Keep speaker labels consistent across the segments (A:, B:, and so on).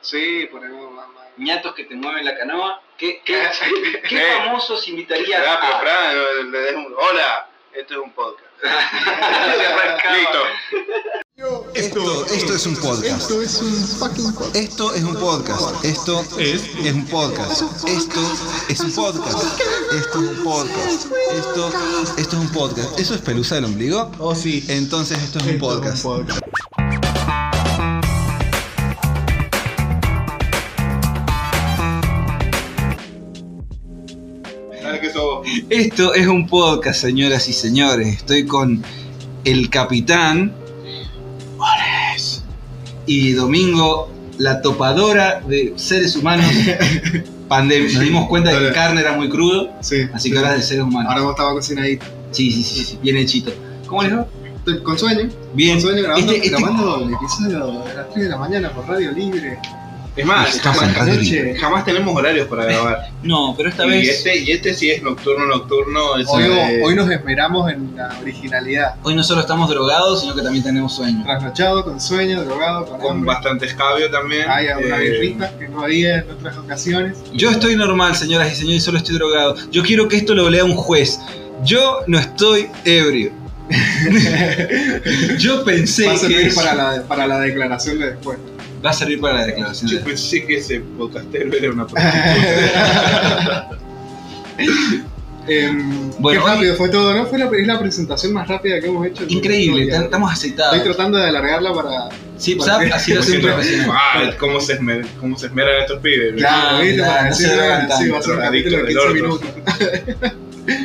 A: Sí, ponemos más, más.
B: ñatos que te mueven la canoa. ¿Qué, qué,
A: Sí.
B: qué
C: Eh.
B: famosos invitarías
C: Ah, pero
B: a...
C: Fran, le- le dejo un- Hola, esto es un podcast.
B: Se arrancaba.
C: Listo.
D: Esto, esto es un podcast.
E: Esto es un fucking podcast.
D: Esto es un podcast. Esto es, un podcast. Esto es un podcast. Esto es un podcast. Esto, esto es un podcast. ¿Eso es pelusa del ombligo?
E: Oh, sí.
D: Entonces esto es un
E: Esto es
D: podcast.
C: Dale que sos
D: Esto es un podcast, señoras y señores. Estoy con el capitán Ores, y Domingo, la topadora de seres humanos. Pandemia. Nos dimos cuenta de que carne era muy crudo,
A: Sí.
D: así que ahora es de seres humanos.
A: Ahora vos estaba cocinadito.
D: Sí, sí, sí, sí, bien hechito. ¿Cómo les va?
A: Estoy con sueño.
D: Bien.
A: Con sueño grabando,
D: Este- este-
A: grabando el episodio a las 3 de la mañana por Radio Libre.
C: Es más,
D: Estás en
C: jamás,
D: Radio
A: Noche.
C: jamás tenemos horarios para grabar.
D: No, pero esta
C: Y
D: vez
C: este, y este sí es nocturno, nocturno. Es eh,
A: Hoy,
C: el de-
A: hoy nos esmeramos en la originalidad.
D: hoy no solo estamos drogados, sino que también tenemos sueño.
A: Trasnochado, con sueño, drogado, con
C: con
A: hambre.
C: bastante escabio también.
A: Hay alguna
C: Eh,
A: birrita que no había en otras ocasiones.
D: Yo estoy normal, señoras y señores, solo estoy drogado. Yo quiero que esto lo lea un juez. Yo no estoy ebrio. Yo pensé
A: Va a
D: que
A: servir
D: eso-
A: para la, para la declaración de después.
D: va a servir para la declaración.
C: Yo pensé que ese podcastero era una prostituta.
A: Em,
D: Bueno,
A: qué
D: hoy-
A: rápido fue todo, ¿no? Fue la, es la presentación más rápida que hemos hecho. en
D: Increíble,
A: la historia.
D: tan- estamos
A: Estoy
D: aceitados.
A: tratando de alargarla para.
D: Zip Zap, así lo hace un
C: Diciendo,
D: profesional.
C: "Ah, cómo se, esmer- cómo se esmeran estos pibes.
A: Claro, ¿viste?
D: claro,
A: para
D: no se
A: decir,
D: drogan
A: bueno, sí,
D: tanto,
A: va a ser un capítulo de
C: drogadictos
A: 15
C: del
A: minutos.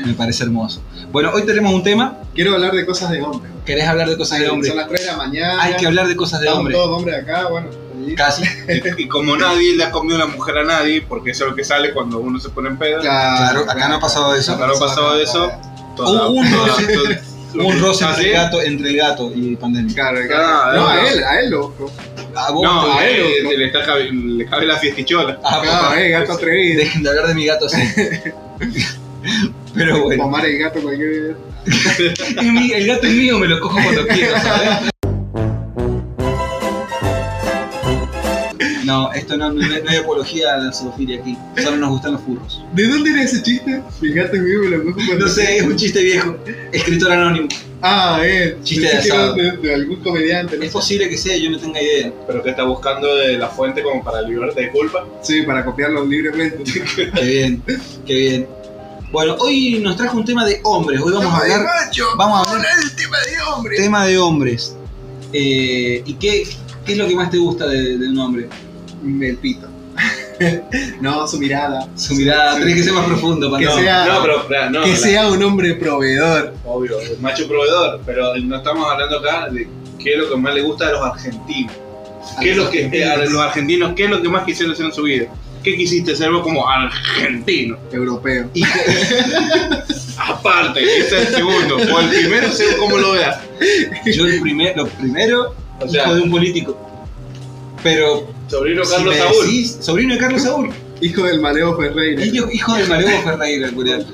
D: Me parece hermoso. Bueno, hoy tenemos un tema.
A: Quiero hablar de cosas de hombre.
D: ¿Querés hablar de cosas de hombre?
A: Son las 3 de la mañana.
D: Hay que hablar de cosas de
A: Estamos
D: hombre.
A: todos hombres acá, bueno. allí.
D: Casi.
C: Y como nadie le ha comido la mujer a nadie, porque eso es lo que sale cuando uno se pone en pedo.
D: Claro, acá no ha pasado eso.
C: Acá no ha pasado eso.
D: Hubo un roce-
C: todo-
D: Un roce
C: ¿Ah,
D: entre
C: sí?
D: el gato, entre el gato y pandemia.
A: Claro, claro.
C: Ah,
A: no,
C: no.
A: a él, a él lo busco.
D: A vos
C: No,
D: te-
C: a él
A: loco.
C: le, le está cabe, le cabe la fiestichola.
D: Ah,
A: Claro, eh, gato atrevido.
D: Dejen de hablar de mi gato así. Pero bueno.
A: Pomar el gato cualquier.
D: Es mi- el gato es mío, me lo cojo cuando quiero, ¿sabes? No, esto no, no, no hay apología a la zoofilia aquí. Solo nos gustan los furros.
A: ¿De dónde era ese chiste? El gato es mío, me lo cojo cuando
D: No sé, es un chiste viejo. Escritor anónimo.
A: Ah, bien.
D: Chiste
A: Pensé
D: de
A: que era
D: asado.
A: de, de algún comediante, no
D: Es
A: sé.
D: posible que sea, yo no tenga idea.
C: Pero que está buscando de la fuente como para librarte de culpa.
A: Sí, para copiarlo libremente.
D: Qué bien, qué bien. Bueno, hoy nos trajo un tema de hombres. Hoy vamos a hablar vamos a hablar
A: el tema de hombre.
D: tema de hombres. Eh, ¿Y qué, qué es lo que más te gusta de, de un hombre?
A: El pito. no, su mirada.
D: Su mirada,
A: Sí.
D: tenés que ser más profundo para
A: Que
D: no.
A: sea-
C: no, pero espera, no,
A: que
C: la-
A: sea un hombre proveedor.
C: obvio, el macho proveedor. Pero no estamos hablando acá de qué es lo que más le gusta a los argentinos. ¿Qué es lo que eh, a los argentinos, qué es lo que más quisieron hacer en su vida? ¿Qué quisiste ser vos como argentino?
A: Europeo.
D: Y que-
C: Aparte, ese es el segundo. O el primero, según cómo lo veas.
D: yo el primer, lo primero,
C: O sea-
D: hijo de un político. Pero
C: Sobrino
D: si
C: Carlos
D: me
C: Saúl.
D: decís, sobrino de Carlos Saúl,
A: Hijo del Maleo Ferreira.
D: hijo, hijo del Mareo Ferreira, el curial.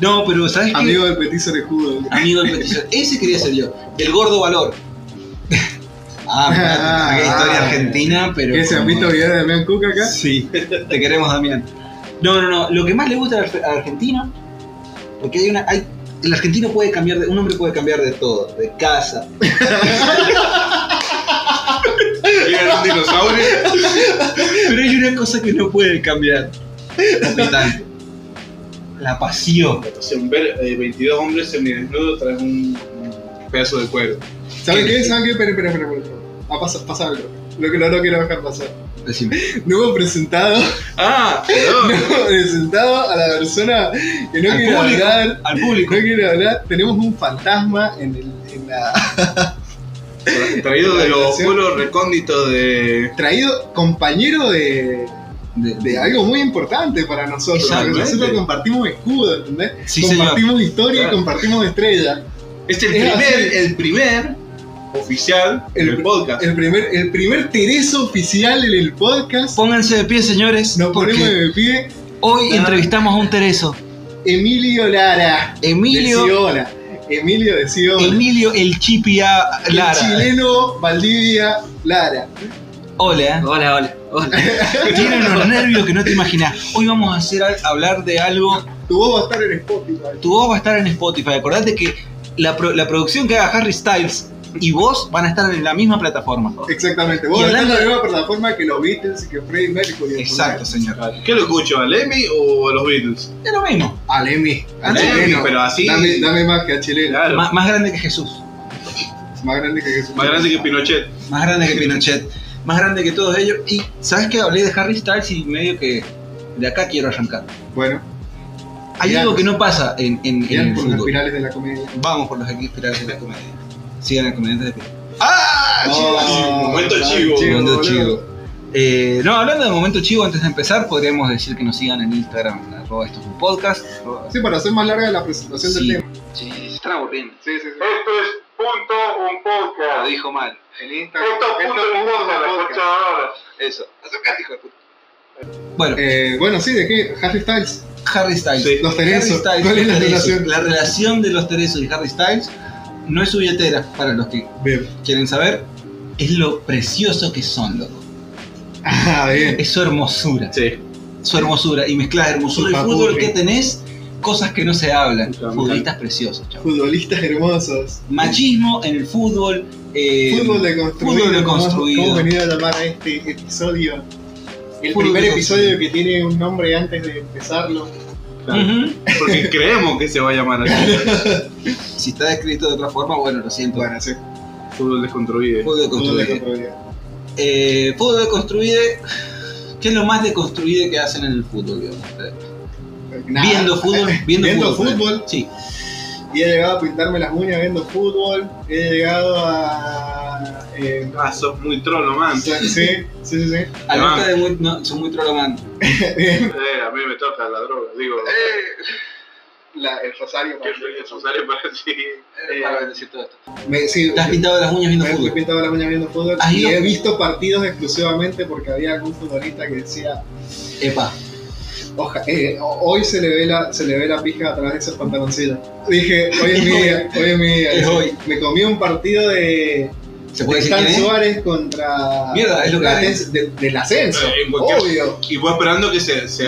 D: No, pero ¿sabes qué?
A: Amigo del petiso orejudo.
D: Amigo del petiso. Ese quería ser yo, del gordo valor. Ah, mirá,
A: Ah,
D: saqué historia
A: ah.
D: argentina, pero.
A: ¿Qué se han
D: como-
A: visto videos de Damián Cook acá?
D: Sí, te queremos, Damián. No, no, no. Lo que más le gusta al, al argentino, porque hay una. Hay, el argentino puede cambiar de. Un hombre puede cambiar de todo, de casa.
C: Era un dinosaurio.
D: Pero hay una cosa que no puede cambiar. Capitán. La pasión.
C: Son ver, eh, 22 hombres semidesnudos tras un un pedazo de cuero.
A: ¿Saben qué? ¿Saben qué? Espera, espera, espera. espera. Ha pasado, pasa algo. Lo que no lo quiero dejar pasar.
D: Decime.
A: No hemos presentado,
C: Ah,
A: no
C: perdón.
A: hemos presentado a la persona que no
D: Al
A: quiere
D: público.
A: hablar.
D: Al
A: No
D: público.
A: quiere hablar. Tenemos un fantasma en, el, en la.
C: Traído de los oscuros recónditos de.
A: traído compañero de,
D: De,
A: de algo muy importante para nosotros. porque
D: Exactamente.
A: Nosotros compartimos escudo, ¿entendés?
D: Sí,
A: compartimos historia
C: Claro.
A: y compartimos estrella.
C: Es el
A: Es
C: primer,
A: así.
C: el primer oficial
A: El-
C: del podcast.
A: El primer, el primer Tereso oficial en el podcast.
D: Pónganse de pie, señores.
A: Nos ponemos
D: porque
A: de pie.
D: hoy entrevistamos a un Tereso.
A: Emilio Lara.
D: Emilio.
A: De Ciona. Emilio de Ciona.
D: Emilio el Chipi A.
A: El
D: Lara.
A: chileno Valdivia Lara.
D: Hola.
E: Hola, hola, hola.
D: Tiene unos nervios que no te imaginas. Hoy vamos a hacer a- hablar de algo.
A: Tu voz va a estar en Spotify.
D: Tu voz va a estar en Spotify. Acordate que la, pro- la producción que haga Harry Styles y vos van a estar en la misma plataforma.
A: Exactamente. Vos
D: Y
A: vas a estar en
D: hablando-
A: la misma plataforma que los Beatles y que Freddie Mercury.
D: Exacto, señor.
C: ¿Qué lo escucho? ¿A Lemmy o a los Beatles?
D: Es lo mismo.
A: Alemi.
C: A Lemmy, pero así.
A: Dame, dame más que a chileno.
C: Claro,
D: Má- más grande que Jesús.
A: Más grande que Jesús.
C: más grande que Pinochet.
D: Más grande que Pinochet. Más grande que todos ellos. Y sabes que hablé de Harry Styles y medio que de acá quiero arrancar.
A: Bueno,
D: Hay
A: Bien.
D: algo que no pasa en, en, en
A: bien
D: el
A: por las
D: fútbol.
A: finales de la comedia.
D: Vamos por los espirales de la comedia. Sigan al comediante de pie.
C: ¡Ah! chivo, momento chivo.
A: Chivo,
D: Momento
A: boludo.
D: chivo. Eh, no, hablando de momento chivo, antes de empezar, podríamos decir que nos sigan en Instagram, arroba esto es un podcast. arroba-
A: Sí, para hacer más larga la presentación
D: Sí.
A: del tema.
B: Sí, se están aburriendo.
A: Sí, sí, sí.
F: Esto es punto un
B: Lo
F: podcast.
B: dijo mal.
A: El
F: Esto es punto un podcast, la escuchadora.
B: Eso. Acercate, hijo de puta.
D: Bueno,
A: Eh, bueno, sí, ¿de qué? Harry Styles.
D: Harry Styles.
C: sí.
A: Los
D: Harry
A: Teresos.
D: Styles,
A: ¿Cuál es la
D: los Teresos.
A: relación?
D: La relación de los Teresos y Harry Styles no es su billetera, para los que
A: Bien.
D: quieren saber, es lo precioso que son, loco.
A: Ah, bien.
D: Es su hermosura.
C: Sí.
D: Su hermosura. Y mezclas hermosura
A: Su
D: y fútbol
A: papurri.
D: que tenés, cosas que no se hablan.
C: Claro,
D: Futbolistas preciosos, chavos.
A: Futbolistas hermosos.
D: Machismo en el fútbol. eh,
A: Fútbol de construido.
D: fútbol de
A: ¿cómo-
D: construido.
A: ¿Cómo venía a llamar a este episodio? El
D: Fútbol
A: primer
D: de
A: episodio que tiene un nombre antes de empezarlo.
D: ujú.
C: Porque creemos que se va a llamar así.
D: Si está descrito de otra forma, bueno, lo siento.
A: Bueno, sí.
C: Fútbol desconstruido.
D: Fútbol de
A: Fútbol de
D: construir.
A: construido.
D: Eh, fútbol de construir. ¿Qué es lo más deconstruido que hacen en el fútbol? digamos?
A: Nada.
D: Viendo fútbol. Viendo,
A: Viendo fútbol.
D: Sí.
A: Y he llegado a pintarme las uñas viendo fútbol. He llegado a. eh,
C: Ah, sos muy trono, man.
A: sí, sí, sí, sí.
D: Alerta de muy, no, son muy trolomán.
A: Bien.
F: Eh, a mí me toca la droga, digo.
C: Eh,
A: La- el rosario.
F: ¿Qué es necesario para
C: eh,
F: sí?
B: Era para decir todo esto.
A: Me, sí,
D: Te has pintado las uñas viendo
A: me- me he
D: fútbol.
A: pintado las uñas viendo fútbol.
D: ¿Has
A: Y
D: ido?
A: he visto partidos exclusivamente porque había algún futbolista que decía,
D: Epa.
A: oja, eh, ho- hoy se le ve la, se le ve la pija a través de esos pantaloncillos. Dije, hoy es mi día, hoy es mi día.
D: Es hoy.
A: Me comí un partido de,
D: ¿Se puede
A: de
D: decir
A: Stan
D: quién es?
A: Suárez contra
D: Mierda, es lo que
A: la-
D: es.
A: de- del ascenso.
C: Eh, en cualquier-
A: Obvio.
C: Y fue esperando que se, se,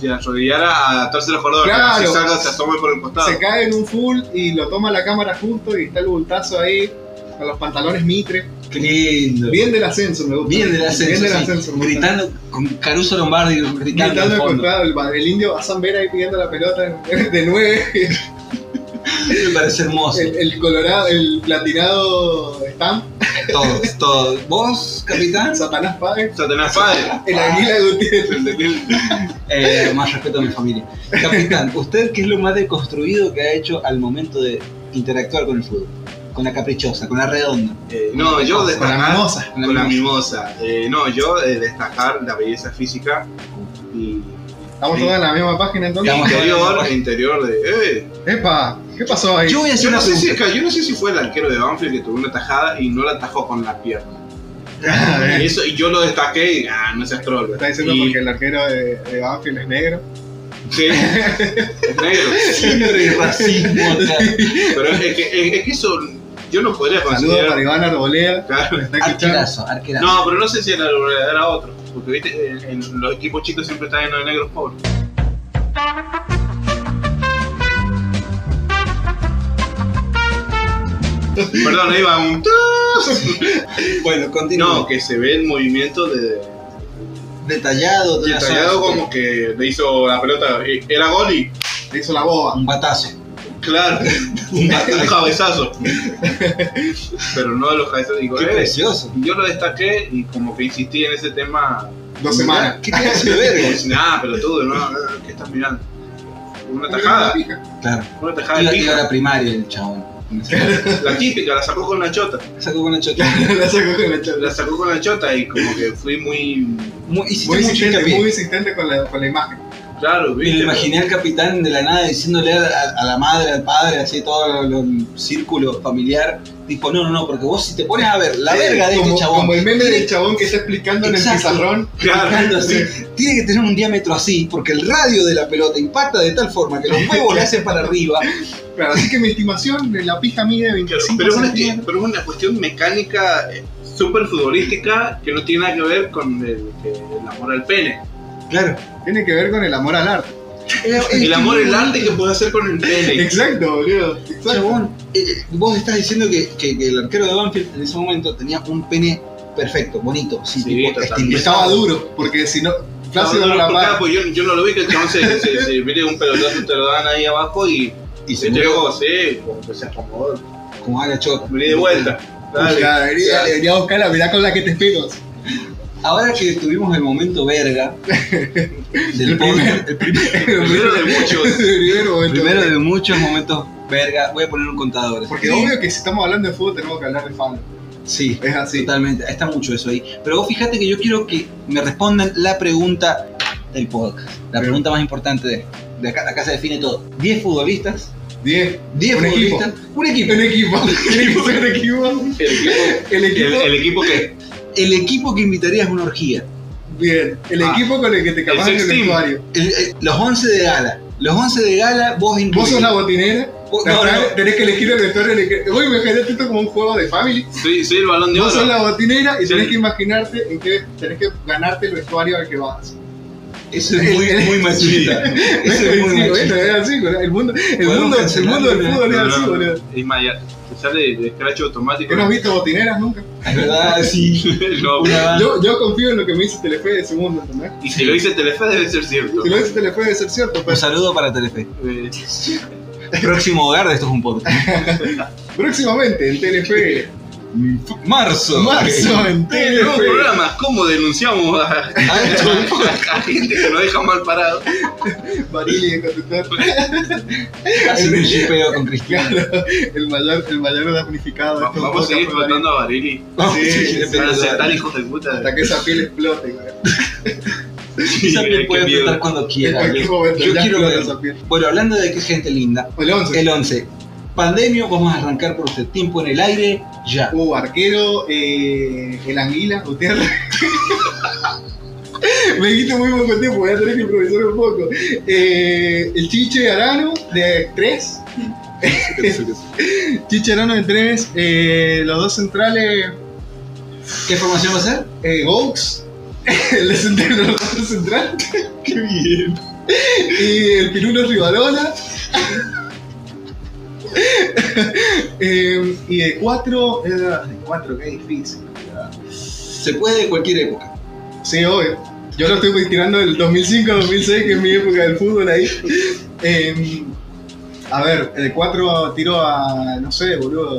C: se arrodillara a adaptarse los jugadores.
A: Claro.
C: Así salga, se asome por el costado.
A: Se cae en un full y lo toma la cámara justo y está el bultazo ahí con los pantalones mitre.
D: Qué lindo.
A: Bien del ascenso, me gusta.
D: Bien del ascenso.
A: Bien del
D: sí.
A: ascenso, me gusta.
D: Gritando con Caruso Lombardi gritando,
A: Gritando
D: al
A: al
D: fondo.
A: costado, el, ba- el indio Bazán Vera ahí pidiendo la pelota en- de nueve.
D: Me parece hermoso.
A: El, el colorado, el platinado Stamp,
D: Todos, todos. ¿Vos, capitán?
A: Satanás Páez,
C: Satanás Padre.
A: el
D: Ah.
A: águila Gutiérrez.
D: Eh, más respeto a mi familia. Capitán, ¿usted qué es lo más deconstruido que ha hecho al momento de interactuar con el fútbol? Con la caprichosa, con la redonda.
C: Eh, no, yo
A: Con la
C: destacar.
A: mimosa.
C: Con la mimosa. Eh, no, yo eh, destacar la belleza física y.
A: Estamos
C: Sí.
A: todos en la misma página entonces.
D: Estamos-
C: Interior, interior de. Eh,
A: Epa, ¿qué pasó ahí?
D: Yo voy a hacer
C: yo, no
D: una
C: sé si,
D: pregunta.
C: es que- yo no sé si fue el arquero de Banfield que tuvo una tajada y no la atajó con la pierna.
A: A ver,
C: Y, eso, y yo lo destaqué y. Ah, no seas troll.
A: Está diciendo
C: Y-
A: porque el arquero de, de Banfield es negro.
C: Sí, es negro.
D: Siempre racismo acá.
C: Pero es que, es, es que eso yo no podría
A: Saludos para
C: considerar.
A: Iván Arboleda.
C: Claro.
A: que Está escuchando.
D: Arquerazo, arquerazo.
C: No, pero no sé si era, era otro. Porque viste, en, en los equipos chicos siempre traen los negros pobres. Perdón, ahí va un.
D: Bueno,
C: No,
D: continúa.
C: que se ve el movimiento de.
D: Detallado, de la
C: Detallado
D: zona.
C: como que le hizo la pelota. eh, Era gol y.
A: Le hizo la boba.
D: Un batazo.
C: Claro, un, un cabezazo. Pero no de los cabezazos. Digo,
D: Qué
C: eh,
D: precioso.
C: Yo lo destaqué y como que insistí en ese tema.
A: Dos semanas.
D: ¿Qué tiene que ver? güey?
C: Nah, pero tú, no, no, ¿qué estás mirando? Una tajada,
D: Claro.
C: una tajada
D: Iba
C: de
D: a tirar a
C: pija.
D: primaria el chabón.
C: La típica, la sacó con una chota.
D: Sacó con la chota.
A: La sacó con la
C: La
A: charla.
C: sacó con la chota y como que fui muy.
D: Muy, hiciste
A: Muy
D: mucho
A: insistente,
D: hincapié.
A: muy insistente con la, con la imagen.
C: Claro,
D: Me lo
C: viste.
D: imaginé al capitán de la nada diciéndole a, a- a la madre, al padre, así todo el círculo familiar, tipo, no, no, no, porque vos si te pones a ver la verga de
A: como,
D: este chabón,
A: Como el meme
D: tiene,
A: del chabón que está explicando en el
D: Exacto.
A: pizarrón.
C: Claro,
D: Así, tiene que tener un diámetro así, porque el radio de la pelota impacta de tal forma que los huevos le hacen para arriba.
A: Claro, así que mi estimación de la pija mide
C: Claro,
A: 25
C: pero, es una,
A: centímetros.
C: pero es una cuestión mecánica eh, súper futbolística que no tiene nada que ver con el, que- el amor al pene.
D: Claro.
A: Tiene que ver con el amor al arte.
C: El amor al arte que puede hacer con el pene.
A: Exacto, boludo. Exacto.
D: Chabón, eh, eh, vos estás diciendo que, que- que el arquero de Banfield en ese momento tenía un pene perfecto, bonito, sí,
C: Sí,
D: tipo,
C: totalmente.
D: estilizado.
A: Estaba duro, porque si no. Flácido
C: No,
A: no,
C: no, no,
A: la
C: porque, ah,
A: mano.
C: pues yo, yo no lo vi que entonces se, se, se mete un pelotazo, te lo dan ahí abajo y,
D: y
C: se
D: se
C: te
D: murió
C: lo sí, como que se acomodó.
D: como agachó.
C: Vení de vuelta.
A: O
C: Dale.
A: sea, debería,
C: dale.
A: debería buscarla, mirá con la que te pego.
D: Ahora que tuvimos el momento verga del
A: El
D: podcast, el primer-
C: Primero de muchos.
A: Primero,
D: el
A: momento.
D: primero de muchos momentos verga, voy a poner un contador.
A: Porque
D: Sí,
A: obvio Eh, que si estamos hablando de fútbol tenemos que hablar de fan.
D: Sí,
A: Es así.
D: Totalmente, está mucho eso ahí. Pero vos fíjate que yo quiero que me respondan la pregunta del podcast. La pregunta más importante de, de acá, acá se define todo. 10 futbolistas,
A: 10.
D: 10
A: Un equipo.
D: futbolistas, un equipo.
A: El equipo. Tiene que ser el equipo.
C: El equipo,
A: El equipo.
C: el, el equipo que.
D: El equipo que invitarías a una orgía.
A: Bien. El
C: Ah.
A: equipo con el que te capas en
C: sex
A: el
C: team.
A: vestuario.
D: El- el- los 11 de gala. Los 11 de gala, vos
A: Vos
D: incluís.
A: sos la botinera.
D: Vos-
A: la
D: Oh, no,
A: verdad,
D: no.
A: Tenés que elegir el vestuario. en el que- Uy, me quedé esto como un juego de family.
C: Soy, soy el balón de
A: Vos
C: oro.
A: sos la botinera y
C: Sí.
A: tenés que imaginarte en qué tenés que ganarte el vestuario al que vas.
D: Eso es muy, muy machista. Eso es muy
A: Sí, bueno,
D: machista.
A: es así, boludo. El mundo, el
D: Podemos
A: mundo, el
D: cancelar,
A: mundo del
D: boludo.
A: fútbol es
C: No,
A: así,
C: no,
A: boludo.
C: Es más, ya te sale de escracho automático.
A: ¿Que no has visto botineras nunca?
D: Es verdad, sí.
C: No.
D: Una banda.
A: Yo, yo confío en lo que me dice Telefe de ese mundo, ¿entendés?
C: Y si lo dice Telefe debe ser cierto.
A: Si lo dice Telefe debe ser cierto,
D: Un
A: pero
D: saludo para Telefe.
C: Eh,
D: Próximo hogar de esto es un podcast.
A: próximamente en Telefe,
D: Marzo. Ah,
A: marzo en
C: Nuevos
A: Telefe.
C: programas, ¿cómo denunciamos a, a- a gente que nos deja mal parado?
A: Barili de Cotutor.
D: Haciendo un shipeo con Cristiano.
A: Claro, el mayor, el mayor damnificado. de
C: Va-
A: estos
C: Vamos a seguir
A: podcasts fue Barili.
C: explotando a Barili.
A: Sí, sí, sí,
C: Van a ser
D: sí.
C: tan hijos de puta.
A: Hasta que esa piel explote, güey.
C: Sí,
D: Esa piel
C: qué
D: puede
C: miedo.
D: explotar cuando
A: En
D: quiera.
A: cualquier
D: Yo,
A: momento
D: yo
A: ya
D: quiero
A: explota
D: ver.
A: esa piel.
D: Bueno, hablando de que gente linda,
A: O el 11.
D: el 11. Pandemio, vamos a arrancar por usted. Tiempo en el aire, ya.
A: Uh, arquero, eh, el anguila, Gutiérrez. Me dijiste muy poco tiempo, voy a tener que improvisar un poco. Eh, el Chiche Arano de 3. Chiche Arano de 3. los dos centrales,
D: ¿Qué formación va a ser?
A: eh, Gaux. El de central, el otro central.
D: ¡Qué bien!
A: Y el Pirulo Rivarola. Eh, y de 4. De 4, qué difícil.
D: Se puede de cualquier época.
A: Sí, obvio. Yo lo estoy tirando del 2005 2006, que es mi época del fútbol ahí. Eh, a ver, de 4 tiro a. No sé, boludo.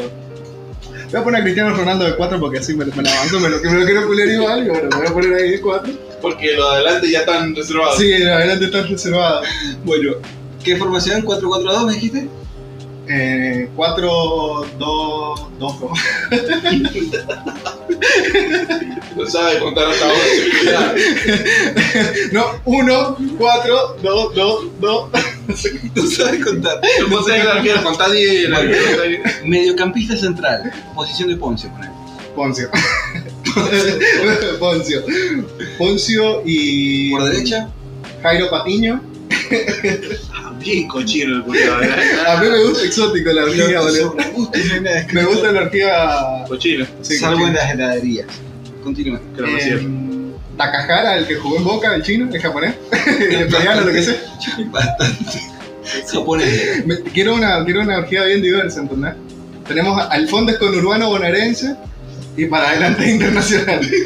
A: Voy a poner a Cristiano Ronaldo de 4 porque así me, lo- me la banco, me lo, me lo quiero pulir igual. y Bueno, me voy a poner ahí de 4.
C: Porque los de adelante ya están reservados.
A: Sí, en adelante está reservado.
D: Bueno, ¿qué formación? ¿4-4-2 me dijiste?
A: Eh, 4, 2, 2,
C: No sabe contar hasta ahora. se queda.
A: No, 1, 4, 2, 2, 2.
D: No sabes contar.
C: No puedo ser el arquero, contá 10. el arquero, contá 10.
D: Mediocampista central, posición de Ponce. ponele.
A: Poncio. Poncio. Poncio y.
D: Por derecha,
A: Jairo Patiño.
C: Ah, Bien cochino el culiao, eh. ¿verdad?
A: A mí me gusta exótico la orquídea, boludo. Me gusta la orquídea.
C: Cochino.
A: Sí, Eh,
D: salvo en
A: cochino.
D: las heladerías. Continúa.
C: Que lo conocieron.
A: Em, Takahara, el que jugó en Boca, el chino, el japonés, el coreano, lo que sea.
D: Bastante. Japonés.
A: Me- quiero, una, quiero una orquídea bien diversa, ¿entendés? Tenemos a- al fondo es con urbano bonaerense y para adelante es internacional.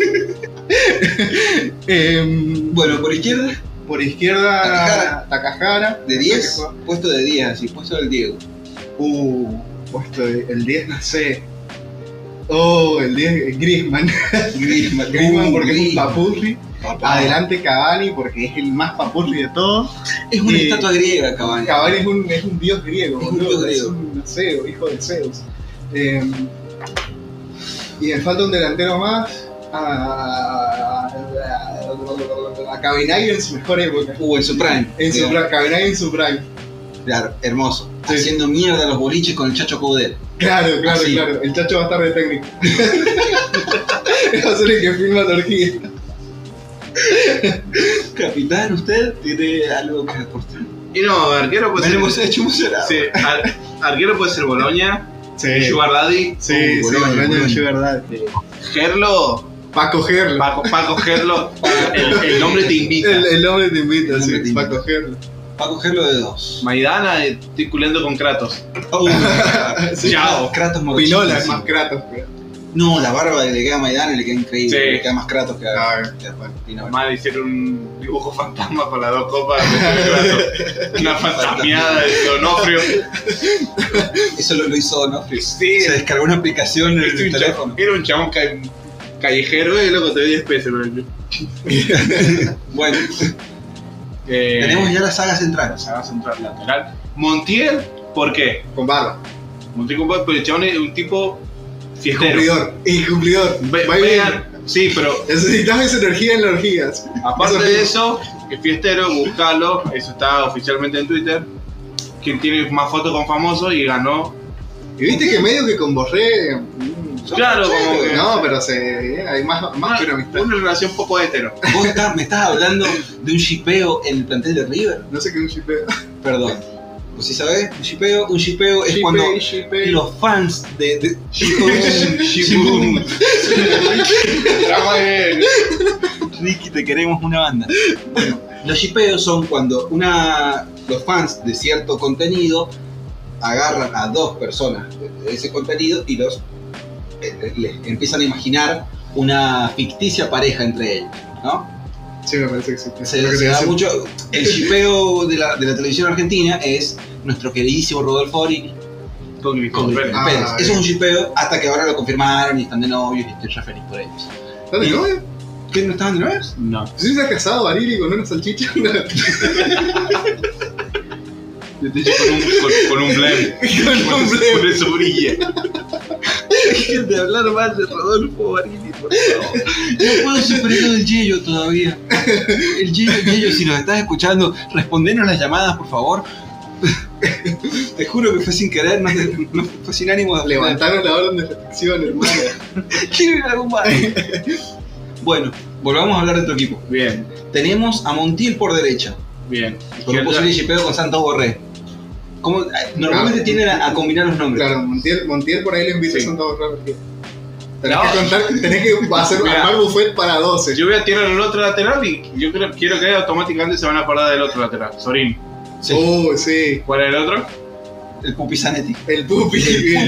A: Em,
D: Bueno, por izquierda,
A: por izquierda, Takahara.
D: de
A: no sé
D: 10,
A: qué juega.
D: puesto de 10, así, puesto del Diego.
A: Uh, puesto de- el 10, no sé. Oh, el 10, Grisman.
D: Griezmann,
A: Griezmann
D: uh,
A: porque es un
D: Griezmann.
A: papurri.
D: Papá.
A: Adelante Cavani porque es el más papurri de todos.
D: Es una
A: Eh,
D: estatua griega, Cavani.
A: Cavani es un, es un dios griego,
D: Es un
A: boludo,
D: dios
A: es
D: griego.
A: un Zeus, hijo de Zeus. Eh, y me falta un delantero más. A, a, a, a Cavenaghi en su mejor época.
D: Uh, en su prime.
A: En su,
D: Digamos.
A: prime, Cavenaghi en su prime.
D: Claro, hermoso.
A: Sí.
D: Haciendo mierda los boliches con el Chacho Caudel.
A: Claro, claro,
D: Así.
A: claro. El chacho va a estar de técnico. va a ser el que filma la orgía.
D: Capitán, ¿usted tiene algo que aportar? Pues
C: Y no, arquero puede ser.
D: Venimos hecho emocionado.
C: Sí, ar- arquero puede ser Boloña.
A: Sí, sí,
C: Sugar Daddy.
A: sí,
D: Uh,
A: el
D: Boloña,
A: año de
D: Boloña.
A: Sugar Daddy.
C: Gerlo.
A: Pa' cogerlo.
C: Para, cogerlo. El, el nombre te invita.
A: El, el hombre te invita,
D: El hombre
A: sí,
D: te
A: para
D: invita.
A: cogerlo.
D: Va a cogerlo de dos.
C: Maidana, eh, estoy culando con Kratos.
A: Oh. Sí.
C: Chao.
D: Kratos morochísimo.
A: Pinola es más Kratos. creo.
D: No, la barba que le queda a Maidana le queda increíble.
C: Sí.
D: Le queda más Kratos que a
A: Ah,
D: que a Pinola.
C: Además, le hicieron un dibujo fantasma para las dos copas. Kratos. Una fantasmiada de Donofrio.
D: Eso lo, lo hizo Donofrio.
C: Sí.
D: Se descargó una aplicación en
C: Este
D: el
C: un
D: teléfono.
C: chabón- Era un chabón ca- callejero, eh, loco, te doy 10 pesos. pero-
D: Bueno,
C: Eh,
D: tenemos ya la saga central.
C: saga central lateral. Montiel, ¿por qué?
A: Con barba.
C: Montiel con pero el chabón es un tipo fiestero.
A: Cumplidor. Incumplidor.
C: Ve-
A: Va y viene.
C: vean- sí, pero
A: Necesitas esa energía en las orgías.
C: aparte
A: Eso-
C: de eso, es fiestero, buscalo, eso está oficialmente en Twitter. Quien tiene más fotos con famosos y ganó.
A: Y viste que medio que con Borré. mm,
C: Claro, como que- Ah.
A: No, pero se, eh, hay más, más que Ah, una amistad.
C: una relación poco hetero.
D: Vos estás- me estás hablando de un shipeo en el plantel de River.
A: No sé qué es un shipeo.
D: Perdón. ¿Vos sí sabés? Un shipeo, un shipeo es
A: Shippei,
D: cuando
A: shippei.
D: los fans de. de-
C: Shibum.
D: Ricky, te queremos una banda. Bueno, los shipeos son cuando una, los fans de cierto contenido agarran a dos personas de de ese contenido y los eh, les empiezan a imaginar una ficticia pareja entre ellos, ¿no?
A: Sí, me parece que sí.
D: Se,
A: Lo que
D: se
A: te
D: da
A: decía.
D: mucho. El shipeo de la, de la televisión argentina es nuestro queridísimo Rodolfo Origi
C: Con mi
D: con
C: compadre.
D: Pérez.
A: Ah, bien.
D: Eso es un shipeo hasta que ahora lo confirmaron y están de novios y estoy ya feliz por ellos.
A: ¿Estás de novio?
D: ¿Qué? ¿No estaban de novios?
C: No.
A: ¿Sí se ha casado Bariri con una salchicha?
C: Yo te hice con un, con, con un blend.
A: Con un blend.
C: Por eso brilla. Dejen de hablar mal de Rodolfo Barini, por favor.
D: No puedo superar del Yello todavía. El Yello, Yello, si nos estás escuchando, respondenos las llamadas, por favor. Te juro que fue sin querer, no, te- no fue sin ánimo de
A: Levantaron la orden de restricción, hermano.
D: Quiero ir a algún bar. Bueno, volvamos a hablar de otro equipo.
C: Bien,
D: Tenemos a Montiel por derecha,
C: bien.
D: con un posible shipeo con Santos Borré. Como, eh, normalmente
A: Claro.
D: tienden a, a combinar los nombres.
A: Claro, Montiel, Montiel por ahí le invita
C: Sí.
A: a Santa Bárbara. porque Tenés
C: No.
A: que contar, tenés que hacer,
C: Mira.
A: armar buffet para 12.
C: Yo voy a tirar el otro lateral y yo creo, quiero que automáticamente se van a acordar del otro lateral. Sorín.
D: Sí.
A: Oh, sí.
C: ¿Cuál era el otro?
D: El Pupi Zanetti.
A: El pupi.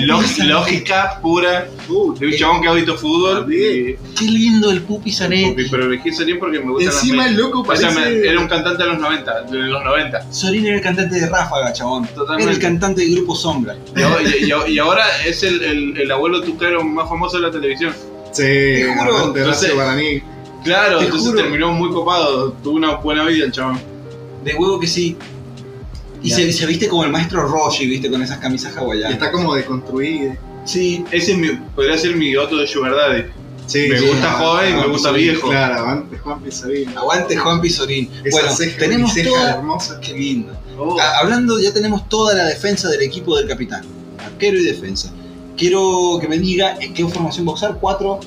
C: Ló- lógica pura
A: Uh,
C: de un chabón que ha visto fútbol. Y,
D: Qué lindo el Pupi Zanetti.
C: pero elegí Sorín porque me gusta
A: Encima el loco
C: O sea,
A: parece...
C: me- era un cantante de los 90. De los 90.
D: Sorín era el cantante de Ráfaga, chabón. Era el
C: Totalmente.
D: cantante del grupo Sombra.
C: Y, ahora- y ahora- y ahora es el, el, el abuelo tucaro más famoso de la televisión.
A: Sí,
D: Te juro,
A: bastante
C: entonces-
A: racio para mí.
C: Claro,
D: Te
C: entonces
D: juro.
C: terminó muy copado. Tuvo una buena vida el chabón.
D: De huevo que sí. Y
A: Ya.
D: se, se viste como el maestro Roshi, viste, con esas camisas
A: Y
D: hawaianas.
A: está como deconstruido.
D: Sí.
C: Ese es mi, podría ser mi otro de Sugar Daddy.
A: Sí,
C: Me
A: sí,
C: gusta
A: ah,
C: joven, me
A: ah,
C: gusta
A: sí,
C: viejo.
A: Claro, antes Juan Pizarino.
D: Aguante Juan Pizorín.
A: Esa
D: Bueno,
A: ceja,
D: tenemos
A: ceja
D: toda...
A: hermosa.
D: Qué lindo.
C: Oh,
D: A- Hablando, ya tenemos toda la defensa del equipo del capitán. Arquero y defensa. Quiero que me diga en qué formación boxar. 4,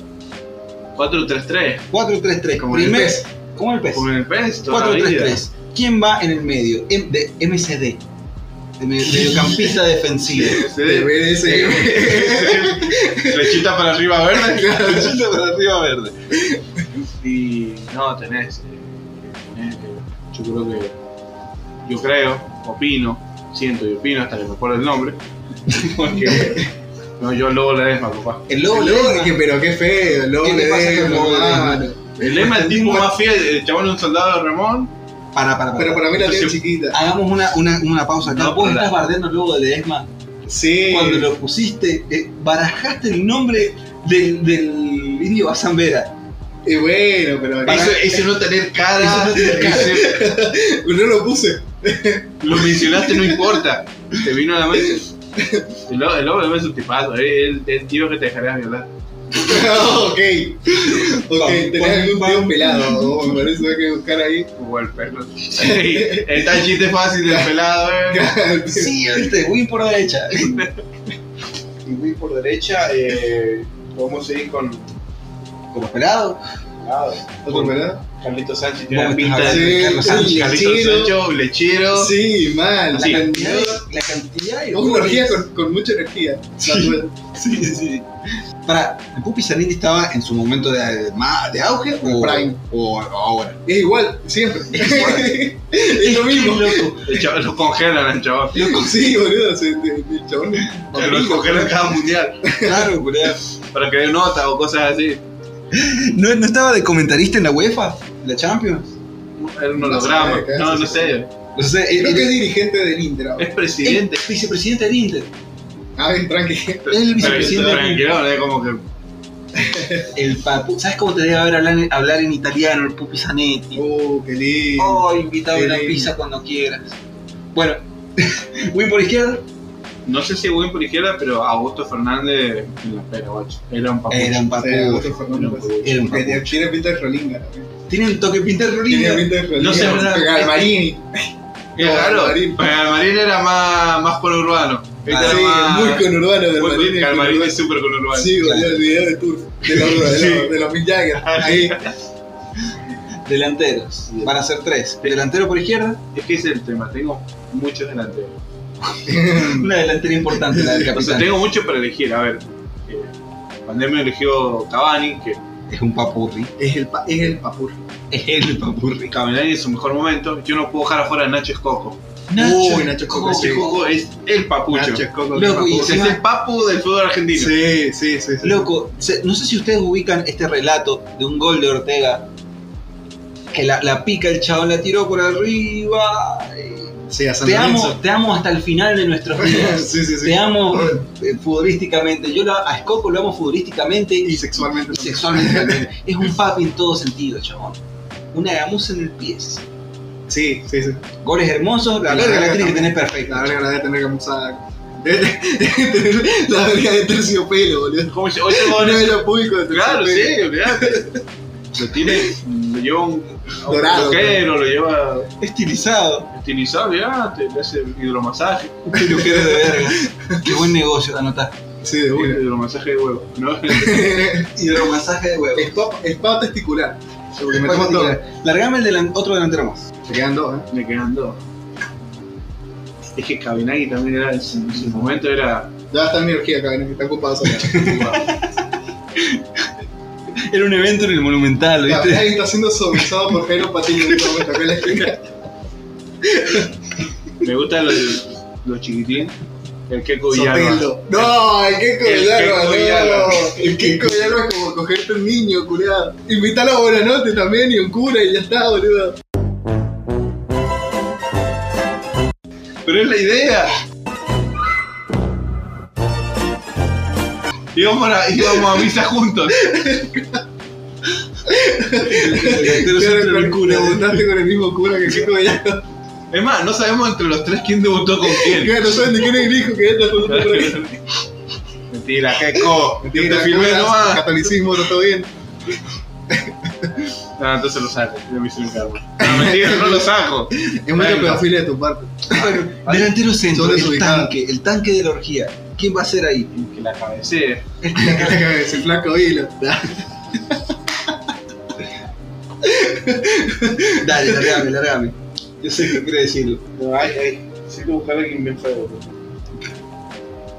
C: 4-3-3.
D: 4, 3, 3.
A: Como en el pez.
D: Como el pez.
C: Como en el PES, toda
D: 4,
C: la
D: 3,
C: vida.
D: 3. ¿Quién va en el medio? M- de MCD. De me- mediocampista defensivo.
C: Se
A: De
C: ve-
A: BDSM.
C: Flechita para arriba verde.
D: Flechita para arriba verde.
C: Y no, tenés. eh, tenés, eh, yo creo que. Yo creo, opino, siento y opino hasta que me acuerdo el nombre. Porque. No, yo luego la desma, papá.
D: El lobo,
A: El
D: Ledesma.
A: lobo, que- pero qué feo, el lobo
D: ¿Qué le
A: de
D: pasa con el lobo
A: hermano.
C: El lema es el tipo más fiel, el chabón es un soldado de Ramón.
D: Para, para, para.
A: Pero para mí la tiene
C: Entonces-
A: chiquita.
D: Hagamos una, una, una pausa acá.
C: No,
D: Vos
C: pero la-
D: estás bardeando el logo de Ledesma.
A: Sí.
D: Cuando lo pusiste, eh, barajaste el nombre del, del indio Bazán Vera.
A: Y bueno, pero
D: Para-
C: Ese, ese no tener cara,
D: Ese no tener cara.
C: ese-
A: no lo puse.
C: lo mencionaste, no importa. Te vino a la mente. El lo- el lobo es un tipazo, eh, el, el tío que te dejaría violar.
A: ok. Ok,
D: Pam,
A: tenés
D: pam,
A: algún
D: pam.
A: tío pelado. ¿no? Me parece que hay que buscar ahí.
C: Como el perro. Sí, está el chiste fácil del pelado, eh.
D: Sí, viste, Win por derecha.
C: Y voy por derecha, eh, vamos a ir con.
D: Como esperado.
A: ¿Otro pelado?
C: Carlito Sánchez
D: tiene
C: tiene
D: pinta
C: pinta
A: de-
C: de
A: Carlos Sánchez, Carlito
C: Sánchez, lechero.
A: Sí, mal.
C: Sí.
A: La cantidad de-
D: La cantidad de
A: Una orgía con, con mucha energía. Natural.
D: Sí, sí, sí. Para, ¿Pupi Sarindi estaba en su momento de, de ma- de auge o,
A: Prime.
D: o- o ahora?
A: Es igual, siempre.
D: Es igual.
A: es lo mismo.
C: El chaval lo congelan al chaval.
A: Sí, boludo, se, de- el chabón.
C: Lo congelan cada mundial.
D: Claro, culiao.
C: Para que dé nota o cosas así.
D: ¿No, ¿No estaba de comentarista en la UEFA? ¿La Champions?
C: Era un
A: No
C: holograma.
A: sé,
C: No,
A: sí,
C: no
A: sí.
C: sé.
D: O sea,
A: Creo
D: él-
A: que es dirigente del Intra.
C: Es presidente.
D: Es vicepresidente del Inter.
A: A ver, Ah, tranqui.
D: Es el vicepresidente del Inter.
C: Tranquilo, es como que.
D: El papu. ¿Sabes cómo te debe haber hablar, hablar en italiano el Pupi Zanetti?
A: Oh, qué lindo.
D: Oh, invitado a una
A: Sí.
D: pizza cuando quieras. Bueno, win por izquierda.
C: No sé si buen por izquierda, pero Augusto Fernández en la pera, guacho. Era un papá.
D: Era un papu.
A: Sí, Augusto Fernández.
D: Era un
A: Que
D: papu.
A: te- Tiene pinta de Rolinga. también.
D: Tiene un toque pintar
A: Tiene
D: ruina.
A: pinta de Rolinga.
C: No sé, ¿verdad?
A: Galvarini.
C: claro.
A: Galvarín.
C: Galmarín era más, más conurbano. Este
A: Ah,
C: era
A: sí,
C: más-
A: muy conurbano Galvarini.
C: Muy- Galmarín es súper conurbano.
A: Sí, boludo, el video de Tour. De los, de los, de los Mick Jagger. Ahí.
D: Delanteros. Van a ser tres. Delantero por izquierda.
C: Es que ese es el tema. Tengo muchos delanteros.
D: Una delantera importante, la del
C: O sea,
D: capitán.
C: tengo mucho para elegir. A ver, eh, Pandemia eligió Cavani, que
D: Es un papurri.
A: Es el, pa- es el papur.
D: Es el papurri.
C: Cavani es su mejor momento. Yo no puedo dejar afuera a Nacho Escoco.
A: Uy, Nacho Coco,
C: Nacho
A: sí.
C: Escoco es el papucho.
A: Nacho Escoco,
D: Loco,
A: papur.
D: y
C: Es el papu del fútbol argentino.
A: Sí, sí, sí. sí.
D: Loco, se- no sé si ustedes ubican este relato de un gol de Ortega. Que la, la pica, el chabón la tiró por arriba.
A: Sí, a San
D: Te amo,
A: Lorenzo.
D: te amo hasta el final de nuestros días.
A: sí, sí, sí.
D: Te amo eh, futbolísticamente. Yo la- a Escoco lo amo futbolísticamente
A: Y
D: y,
A: sexualmente.
D: y
A: también.
D: sexualmente. también. es un papi en todo sentido, chabón. Una gamuza en el pie.
A: Sí, sí, sí.
D: Goles hermosos, la
A: La
D: verga la
A: verga
D: tiene que
A: también.
D: tener perfecta.
A: La verga la debe tener camuflada. Debe debe tener la verga de terciopelo, boludo.
C: Como dice, ocho
A: No
C: goles.
A: es lo público de
C: Claro, sí,
A: terciopelo.
C: olvidate. Lo tiene, lo lleva un
A: Dorado.
C: peluquero, lo lleva
D: Estilizado.
C: estilizado, olvidate, le hace hidromasaje.
D: Un peluquero de verga. Qué buen negocio, anotá.
A: Sí, de una.
C: Hidromasaje de huevo. ¿no?
D: Hidromasaje de huevo.
A: Spa, spa testicular. Porque me tomo todo.
D: Largame el delan- otro delantero más.
A: Me quedan dos, ¿eh?
C: Me quedan dos. Es que Cabinagui también era, en su, en su momento era.
A: Ya está en mi orgía, cabrón, que está ocupado solo.
D: Era un evento en el Monumental,
A: Ahí está siendo sobrezado por Jairo Patiño en este momento, acá en la esquina.
C: Me gustan los, los chiquitín. El Keco Villalba.
A: Soteldo. No, el Keiko
C: El
A: Villalba,
C: Keiko
A: no.
C: Villalba.
A: El Keiko Villalba es como cogerte un niño, culiado. Invítalo a Buenanote también y un cura y ya está, boludo.
C: Pero es la idea. Íbamos a, íbamos a misa juntos.
D: El delantero siempre
A: Te
D: del cura.
A: juntaste con el mismo cura que el Keiko Villalba.
C: Es más, no sabemos entre los tres quién debutó con quién.
A: Claro, no saben ni quién es el hijo que está con otro cura.
C: Mentira, Keco. Yo te
A: Mira,
C: filmé
A: curas,
C: nomás.
A: Catolicismo, no todo bien.
C: No, Ah, entonces lo saco. Yo me hice un karma. No, mentira, no lo saco.
A: Es mucha pedofilia de tu parte.
D: Bueno, delantero centro,
A: Son
D: el
A: desubicados.
D: tanque, el tanque de la orgía. ¿Quién va a ser ahí?
C: Que la cabecé.
A: Es el flaco hilo.
D: Dale, largame, largame. Yo sé que quiere decirlo.
C: No, ay, ay. Sí, que buscar a alguien bien feo.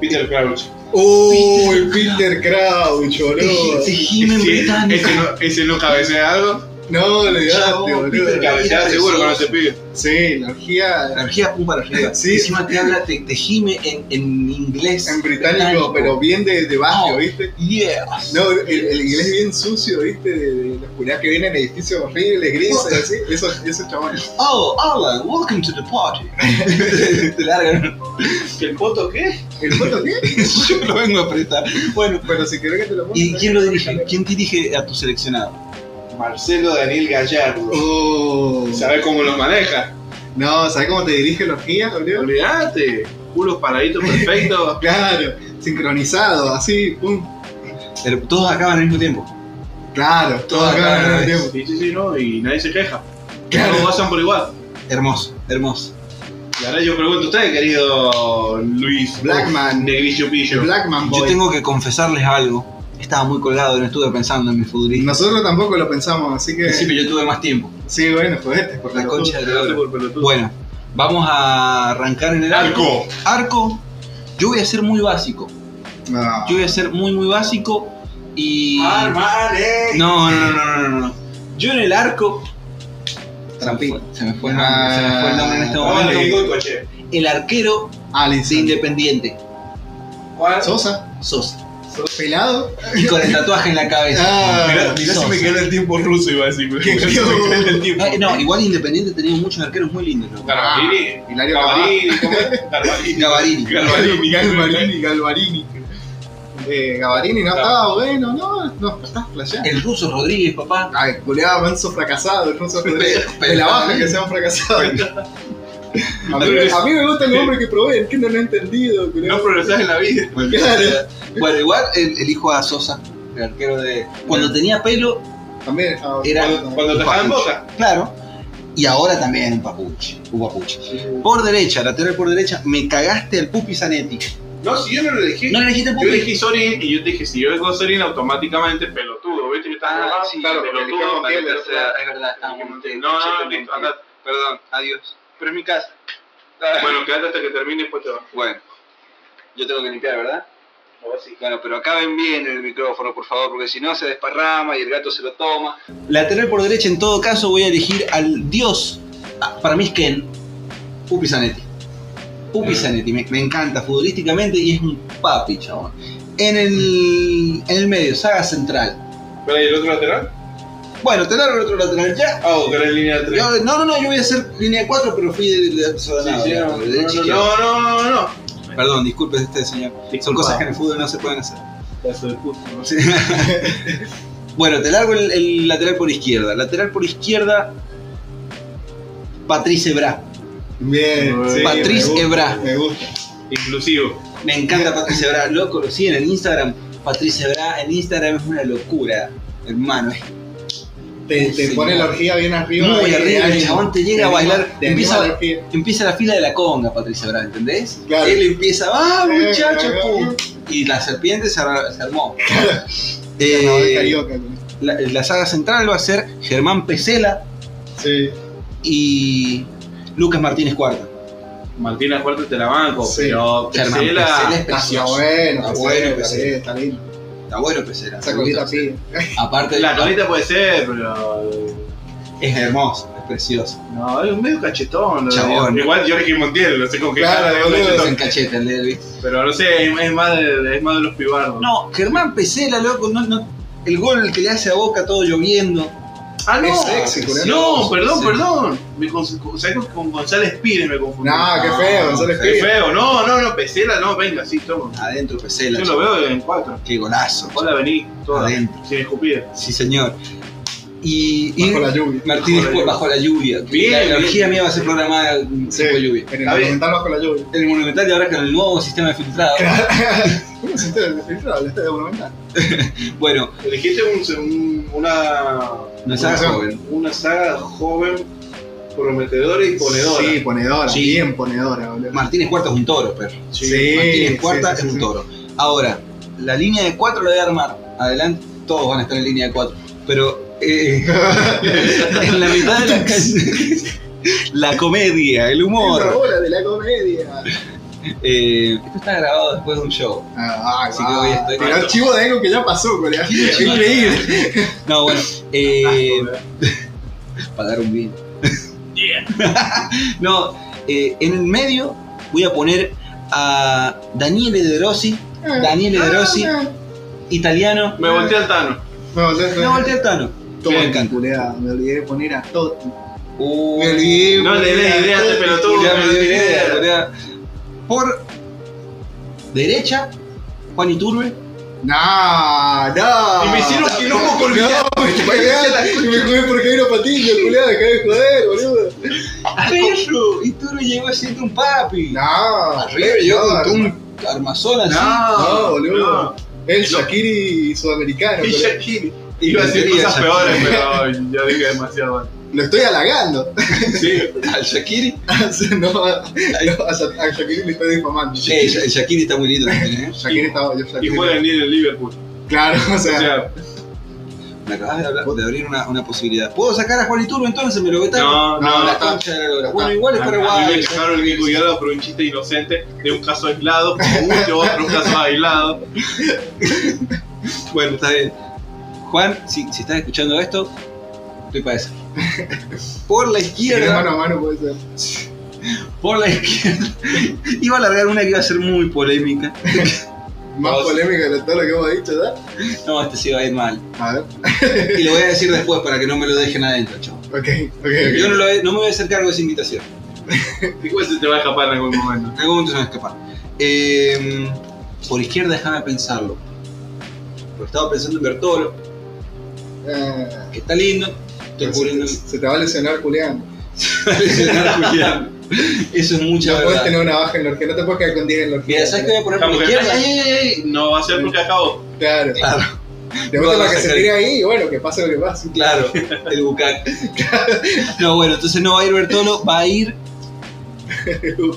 C: Peter Crouch.
A: Uy, Peter Crouch, boludo.
C: Ese,
D: Ese Jimen británico.
C: ese no, ese no cabecea algo.
A: No, le
D: Chabón,
A: daste, boludo.
D: Peter Crouch.
C: Cabecea seguro con ese pibe.
A: Sí, la orgía
D: La orgía pum para arriba.
A: Sí.
D: Encima te habla, te, te gime en, en inglés.
A: en británico, pero bien de, de bajo, ¿viste?
D: Yes.
A: No, el, el inglés bien sucio, ¿viste? De, de los culiados que vienen en edificios horribles, grises, así. Esos, esos chavales.
D: Oh, Alan, welcome to the party. te largan.
C: ¿El poto qué?
A: ¿El foto qué?
D: Yo lo vengo a prestar. Bueno.
A: Pero si querés que te lo muestre.
D: ¿Y quién lo dirige? ¿Quién dirige a tu seleccionado?
C: Marcelo Daniel Gallardo.
A: Oh,
C: ¿Sabes cómo lo maneja?
A: no, ¿sabés cómo te dirige la orgía, boludo?
C: Olvídate. Culos paraditos perfectos.
A: Claro, sincronizado, así, pum.
D: Pero todos acaban al mismo tiempo.
A: Claro, todo
D: Todas
A: acá
D: las
A: en el tiempo.
C: Sí, sí, sí, no. Y nadie se queja.
A: Claro.
C: Todos pasan por igual.
D: Hermoso, hermoso.
C: Y ahora yo pregunto a ustedes, querido Luis
A: Blackman.
C: Negrillo Pillo.
A: Blackman
D: Yo
A: Boy.
D: tengo que confesarles algo. Estaba muy colgado, no estuve pensando en mi
A: Y
D: futbolista.
A: nosotros tampoco lo pensamos, así que.
D: Al principio yo tuve más tiempo.
A: Sí, bueno, juguetes, por
D: La concha de la
A: pelotudo.
D: Bueno, vamos a arrancar en el arco.
C: Arco.
D: Arco, yo voy a ser muy básico.
A: No.
D: Yo voy a ser muy, muy básico y...
C: Armale.
D: No, no, no, no, no, no. Yo en el arco...
A: Trampito.
D: Se me fue el nombre, se me fue el nombre en este
A: Ah,
C: Armale, que
D: momento.
C: digo el coche.
D: El arquero de
A: Alisson.
D: Independiente,
C: ¿Cuál?
A: Ah, Sosa.
D: Sosa.
A: Pelado.
D: Y con el tatuaje en la cabeza.
A: Ah,
C: Mirá, mirá si
D: Sosa.
C: me queda el tiempo ruso, iba a decir. Mirá
A: Qué
C: si me queda el tiempo.
D: Eh, No, igual Independiente tenía muchos arqueros muy lindos. loco.
C: Garbarini.
A: Hilario
C: Garbarini, ¿cómo es? Garbarini.
D: Gavarini.
C: Garbarini. Garbarini.
A: Galvarini, Galvarini. Eh, Gavarini no estaba bueno, no, no, estás flasheando.
D: El ruso Rodríguez, papá.
A: Ay, culeaba manso fracasado, no sé De la baja que sean fracasados. A mí, a mí me gusta el nombre que proveen, que no lo he entendido,
C: No
A: culeaba.
C: progresás en la vida.
A: Claro,
D: Bueno, igual el- elijo a Sosa, el arquero de... Cuando tenía pelo,
A: también estaba.
D: Era-
C: Cuando- Cuando te en boca.
D: Claro. Y ahora también en Papuchi. Hubo Papuchi. Por derecha, lateral por derecha, me cagaste al Pupi Zanetti.
C: No, si yo no lo elegí.
D: No le dijiste
C: Yo
D: Pupi.
C: elegí Sorin y yo te dije, si yo dejo Sorin, automáticamente pelotudo, ¿viste? Yo estaba
B: Ah,
C: ah,
B: sí,
C: claro,
B: pero tú,
C: pelotudo,
B: Montiel,
C: maldito
B: o sea,
C: sea.
B: es verdad,
C: No,
B: estaba Montiel.
C: no,
B: Montiel.
C: listo, andate.
B: Perdón, adiós. Pero es mi casa.
F: Bueno, quédate hasta que termine y después te vas.
B: Bueno, yo tengo que limpiar, ¿verdad? Bueno, pero acaben bien el micrófono, por favor, porque si no se desparrama y el gato se lo toma.
D: Lateral por derecha, en todo caso, voy a elegir al dios. ah, Para mí es Ken. Pupi Zanetti. Pupi Zanetti. Me, me encanta futbolísticamente y es un papi, chabón. En el, en el medio, saga central.
C: ¿Pero y el otro lateral?
D: Bueno, te largo el otro lateral ya.
C: Ah, o que era en línea de tres.
D: Yo- no, no, no, yo voy a hacer línea 4, pero fui de, de- desordenado,
C: Sí, sí,
D: ya,
C: no,
D: de derecha a izquierda.
C: no, no, no, no, no.
D: Perdón, disculpe este señor. Son
C: Disculpa.
D: cosas que en el fútbol no se pueden hacer.
C: Pedazo de puto, no sé.
D: Sí. bueno, te largo el, el lateral por izquierda. Lateral por izquierda, Patrice Ebra.
A: Bien, sí,
D: Patrice
A: me gusta,
D: Evra.
A: Me gusta.
C: Inclusivo.
D: Me encanta Patrice Ebra, loco, lo siguen en Instagram. Patrice Ebra en Instagram es una locura, hermano. Es
A: Te, te
D: Sí,
A: pone
D: no.
A: la orgía bien arriba.
D: muy
A: y-
D: arriba, el
A: y-
D: chabón te llega a
A: anima-
D: bailar.
A: Te anima
D: Empieza,
A: la orgía.
D: empieza la fila de la conga, Patrice Ebra, ¿entendés?
A: Claro.
D: Él empieza, ¡ah,
A: Eh,
D: muchachos!
A: eh,
D: pum!
A: eh.
D: Y la serpiente se, ar- se armó.
A: La de
D: Eh,
A: Carioca, con-
D: la, la saga central va a ser Germán Pesela
A: Sí.
D: y Lucas Martínez Cuarta.
C: Martina Fuerte te la banco,
A: Sí.
C: pero
D: Germán Pesela
C: Pesela...
D: es precioso.
A: Ah, bueno,
D: Está
A: está
D: Ah, bueno,
A: bueno,
D: sí.
A: está lindo.
D: Está bueno Pesela.
A: Esa colita pide.
D: Aparte,
C: La colita puede ser, pero...
D: es hermoso, es precioso.
C: No, es medio cachetón. ¿no?
D: Chabón.
C: Igual yo elegí Montiel, no sé con qué
A: Claro,
C: cara, es
A: boludo.
D: Es
C: cachetón.
D: en cachete el derbi.
C: Pero no sé, es, es más, de, es más de los pibardos.
D: No, Germán Pesela, loco, no, no- el gol que le hace a Boca todo lloviendo.
C: Ah, no.
A: Es sexy, culero.
C: no, perdón,
D: Sí.
C: perdón. Me con, ¿sabes con- con González Pires me confundí.
A: No, qué feo, González
C: Ah, Qué
A: Pires.
C: feo. No, no, no, Pesela, no, venga, sí, toma.
A: Ah,
D: Adentro Pesela.
C: Yo lo
D: chico.
C: veo en cuatro.
D: Qué golazo.
C: Hola, vení, toda.
D: Adentro.
C: Sin escupir.
D: Sí, señor. Y, y
A: Bajo la lluvia.
D: Martínez
C: Bajo la
D: Cuarta bajo la lluvia.
C: Bien,
D: la
C: bien.
D: energía mía va a ser programada con
A: Sí,
D: lluvia.
A: En el
C: Está bien.
A: Monumental bajo la lluvia.
D: El monumental y ahora con el nuevo sistema de filtrado.
A: ¿Cómo se entera el filtrado? Este de Monumental.
D: Bueno,
C: Elegiste un- un- una,
D: no seas
A: Corazón.
D: joven.
C: una saga joven, prometedora y ponedora.
A: Sí, ponedora.
D: Sí.
A: Bien ponedora, boludo.
D: Martínez Cuarta es un toro, perro.
A: Sí,
D: Martínez Cuarta
A: sí, sí,
D: es un
A: sí.
D: toro. Ahora, la línea de cuatro la voy a armar. Adelante, todos van a estar en línea de cuatro. Pero eh, en la mitad de la cancha. La comedia, el
A: La
D: humor.
A: bola de la comedia.
D: Eh, esto está grabado después de un show.
A: Ah,
D: Así que hoy estoy
A: Pero
D: harto.
A: archivo de algo que ya pasó, colega.
D: Sí, sí.
A: Increíble.
D: No, bueno. eh, para dar un bien. no, eh, en el medio voy a poner a Daniele De Rossi, Daniele De Rossi,
A: Ah,
D: italiano.
C: Me volteé al Tano.
A: Me volteé.
D: No, voltea el Tano.
A: Todo
D: Me
A: en
D: encanta.
A: calculea. Me olvidé de poner a Totti.
D: Uh,
A: Me olvidé. de
C: No le
A: poner
C: des idea a este
A: Totti.
C: pelotudo.
D: Ya me dio idea, boludo. Por derecha, Juan Iturbe.
A: No, no.
C: Y me hicieron quilombo con
A: Ah. No,
C: Villar.
A: me cagaste, me jugué por caer a patillo, culiado, dejá de joder, boludo.
D: ¡Perro! Iturbe llegó siendo un papi.
A: No,
D: Arriba llegó
A: no,
D: con un armazón así.
A: No, boludo.
C: no.
A: El Shakiri sudamericano,
C: Y
A: colega.
C: Shakiri. Iba a decir cosas
D: Shakiri.
C: peores, pero yo dije demasiado.
A: lo estoy halagando.
C: Sí,
D: Al Shakiri.
A: no, a- no, a Sha- a Shakiri le estoy difamando.
D: Eh, Sha- Shakiri está muy lindo también, ¿eh?
A: Shakiri estaba yo,
C: y
A: Shakiri.
C: juega en el Liverpool.
A: Claro, o
C: O
A: sea,
C: sea,
D: Me acabas de, hablar- de abrir una, una posibilidad. ¿Puedo sacar a Juan Iturbe entonces? ¿Me lo vetaron?
C: no, no,
A: no,
D: la
A: no,
D: concha de la lora.
A: no,
D: Bueno,
A: no.
D: igual es
C: A- A mí me
D: Paraguay.
C: dejaron el cuidado por un chiste inocente de un caso aislado, como muchos otros casos aislados.
D: Bueno, está bien. Juan, si, si estás escuchando esto, estoy para eso. Por la
A: que de
D: izquierda,
A: mano a mano puede ser.
D: por la izquierda. Iba a largar una que iba a ser muy polémica.
A: Más polémica de todo lo que hemos dicho, ¿verdad?
D: No, este se va a ir mal.
A: A ver,
D: Y lo voy a decir después para que no me lo dejen adentro, chavo.
A: ok, ok,
D: Yo
A: ok.
D: no, lo voy- no me voy a hacer cargo de esa invitación.
C: Igual pues, se te va a escapar en algún momento.
D: En algún momento se me va a escapar. Eh, por izquierda, déjame pensarlo. Porque estaba pensando en Bertolo,
A: Eh,
D: que está lindo. Estoy cubriendo.
A: se, se te va a lesionar, Julián.
D: Eso es
A: No
D: mucha
A: puedes
D: verdad.
A: tener una baja en los que no te puedes quedar con 10 en los que.
D: Mira, ¿sabes qué voy a poner por
C: Estamos
D: la
C: que-
D: izquierda?
C: ay, ay, ay, ay, No va a ser porque acabo.
A: Claro.
D: Claro,
A: De
D: No,
A: vuelta para
D: no
A: que se
D: sacar-
A: tire ahí y bueno, que pase lo que pase.
D: claro, el bucac. No, bueno, entonces no va a ir Bertolo, va a ir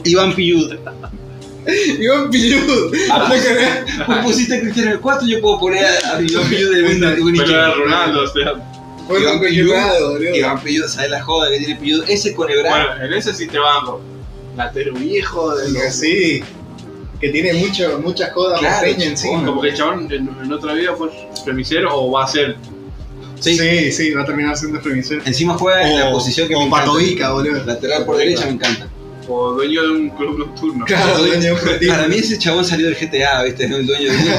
D: Iván Pillud.
A: Iván Pillú.
D: Ah.
A: No querés.
D: Vos pusiste a Cristiano en el 4, yo puedo poner a a Iván Pillud de un de un
C: Pero era
D: izquierdo.
C: Ronaldo, o sea.
A: Fue
D: Iván
A: un coñonado, boludo.
D: Iván Pillud, ¿sabes la joda que tiene Pillud? Ese con Ebra.
C: Bueno, en ese sí te banco. Latero viejo, de los-
A: Sí. Que tiene mucho, mucha joda
D: Claro,
A: porteña
D: chupón.
A: encima.
C: Como que el chabón en, en otra vida fue remisero o va a ser.
D: Sí.
A: sí, sí, va a terminar siendo premisor.
D: Encima juega en la
A: O-
D: posición que me
A: O
D: encanta.
A: Patovica, boludo.
D: Lateral por derecha me encanta.
C: O dueño de un club nocturno.
A: Claro, dueño de un platito.
D: Para mí ese chabón salió del GTA, ¿viste? El dueño del club.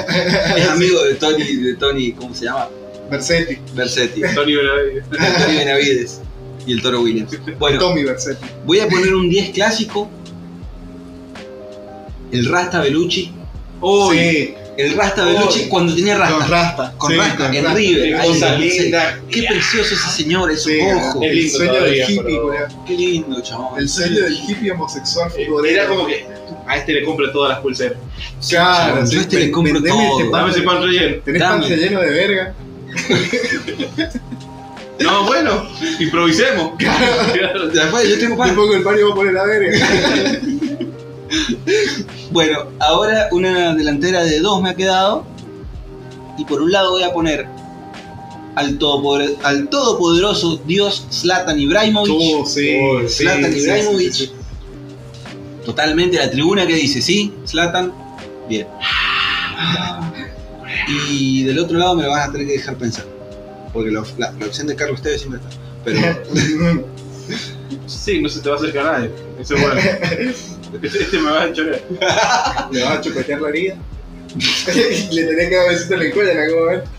D: Es amigo de Tony, de Tony, ¿cómo se llama?
A: Versetti.
D: Versetti.
C: Tony Benavides.
D: Tony Benavides y el Toro Williams. Bueno,
A: Tommy Versetti.
D: voy a poner un 10 clásico. El Rasta Belucci.
C: Uy,
A: Sí,
D: El Rasta Belucci
A: Uy.
D: cuando tenía
A: con
D: Rasta.
A: Rasta.
D: Con
A: Sí,
D: Rasta, en
A: Rasta.
D: River.
C: Qué
D: ahí,
C: cosa
D: no sé.
C: linda.
D: Qué precioso ese señor, esos
A: Sí,
D: ojos.
C: Es
A: El
C: lindo
A: sueño del
C: todavía,
A: hippie,
C: pero-
A: boludo.
D: Qué lindo, chabón.
A: El sueño del hippie homosexual
D: Eh,
A: futbolero.
C: era como que a este le compro todas las pulseras.
A: Claro,
D: Chabón,
A: sí,
D: yo a este le compro
A: vendeme este
D: todo.
A: pan.
C: Dame ese pan relleno.
A: Tenés
D: Dame.
A: panza lleno de verga.
C: No, bueno, improvisemos. Claro.
D: Después yo tengo
A: Un
D: pan.
A: poco el pario va a poner la verga.
D: Bueno, ahora una delantera de dos me ha quedado. Y por un lado voy a poner al, todopoder- al todopoderoso dios Zlatan Ibrahimovic.
A: Oh, sí,
C: Oh,
A: sí,
D: Zlatan
A: sí,
D: Ibrahimovic.
A: sí, sí.
D: Totalmente la tribuna que dice, sí, Zlatan, bien. Ah. Y del otro lado me lo van a tener que dejar pensar. Porque lo- la, la opción de Carlos Tevez siempre está. Pero
C: Sí, no se te va a acercar nadie. Eso es bueno. Este, este me va a chorar.
A: Le vas a chupetear la herida. Le tenés que dar besito en la escuela en algún momento.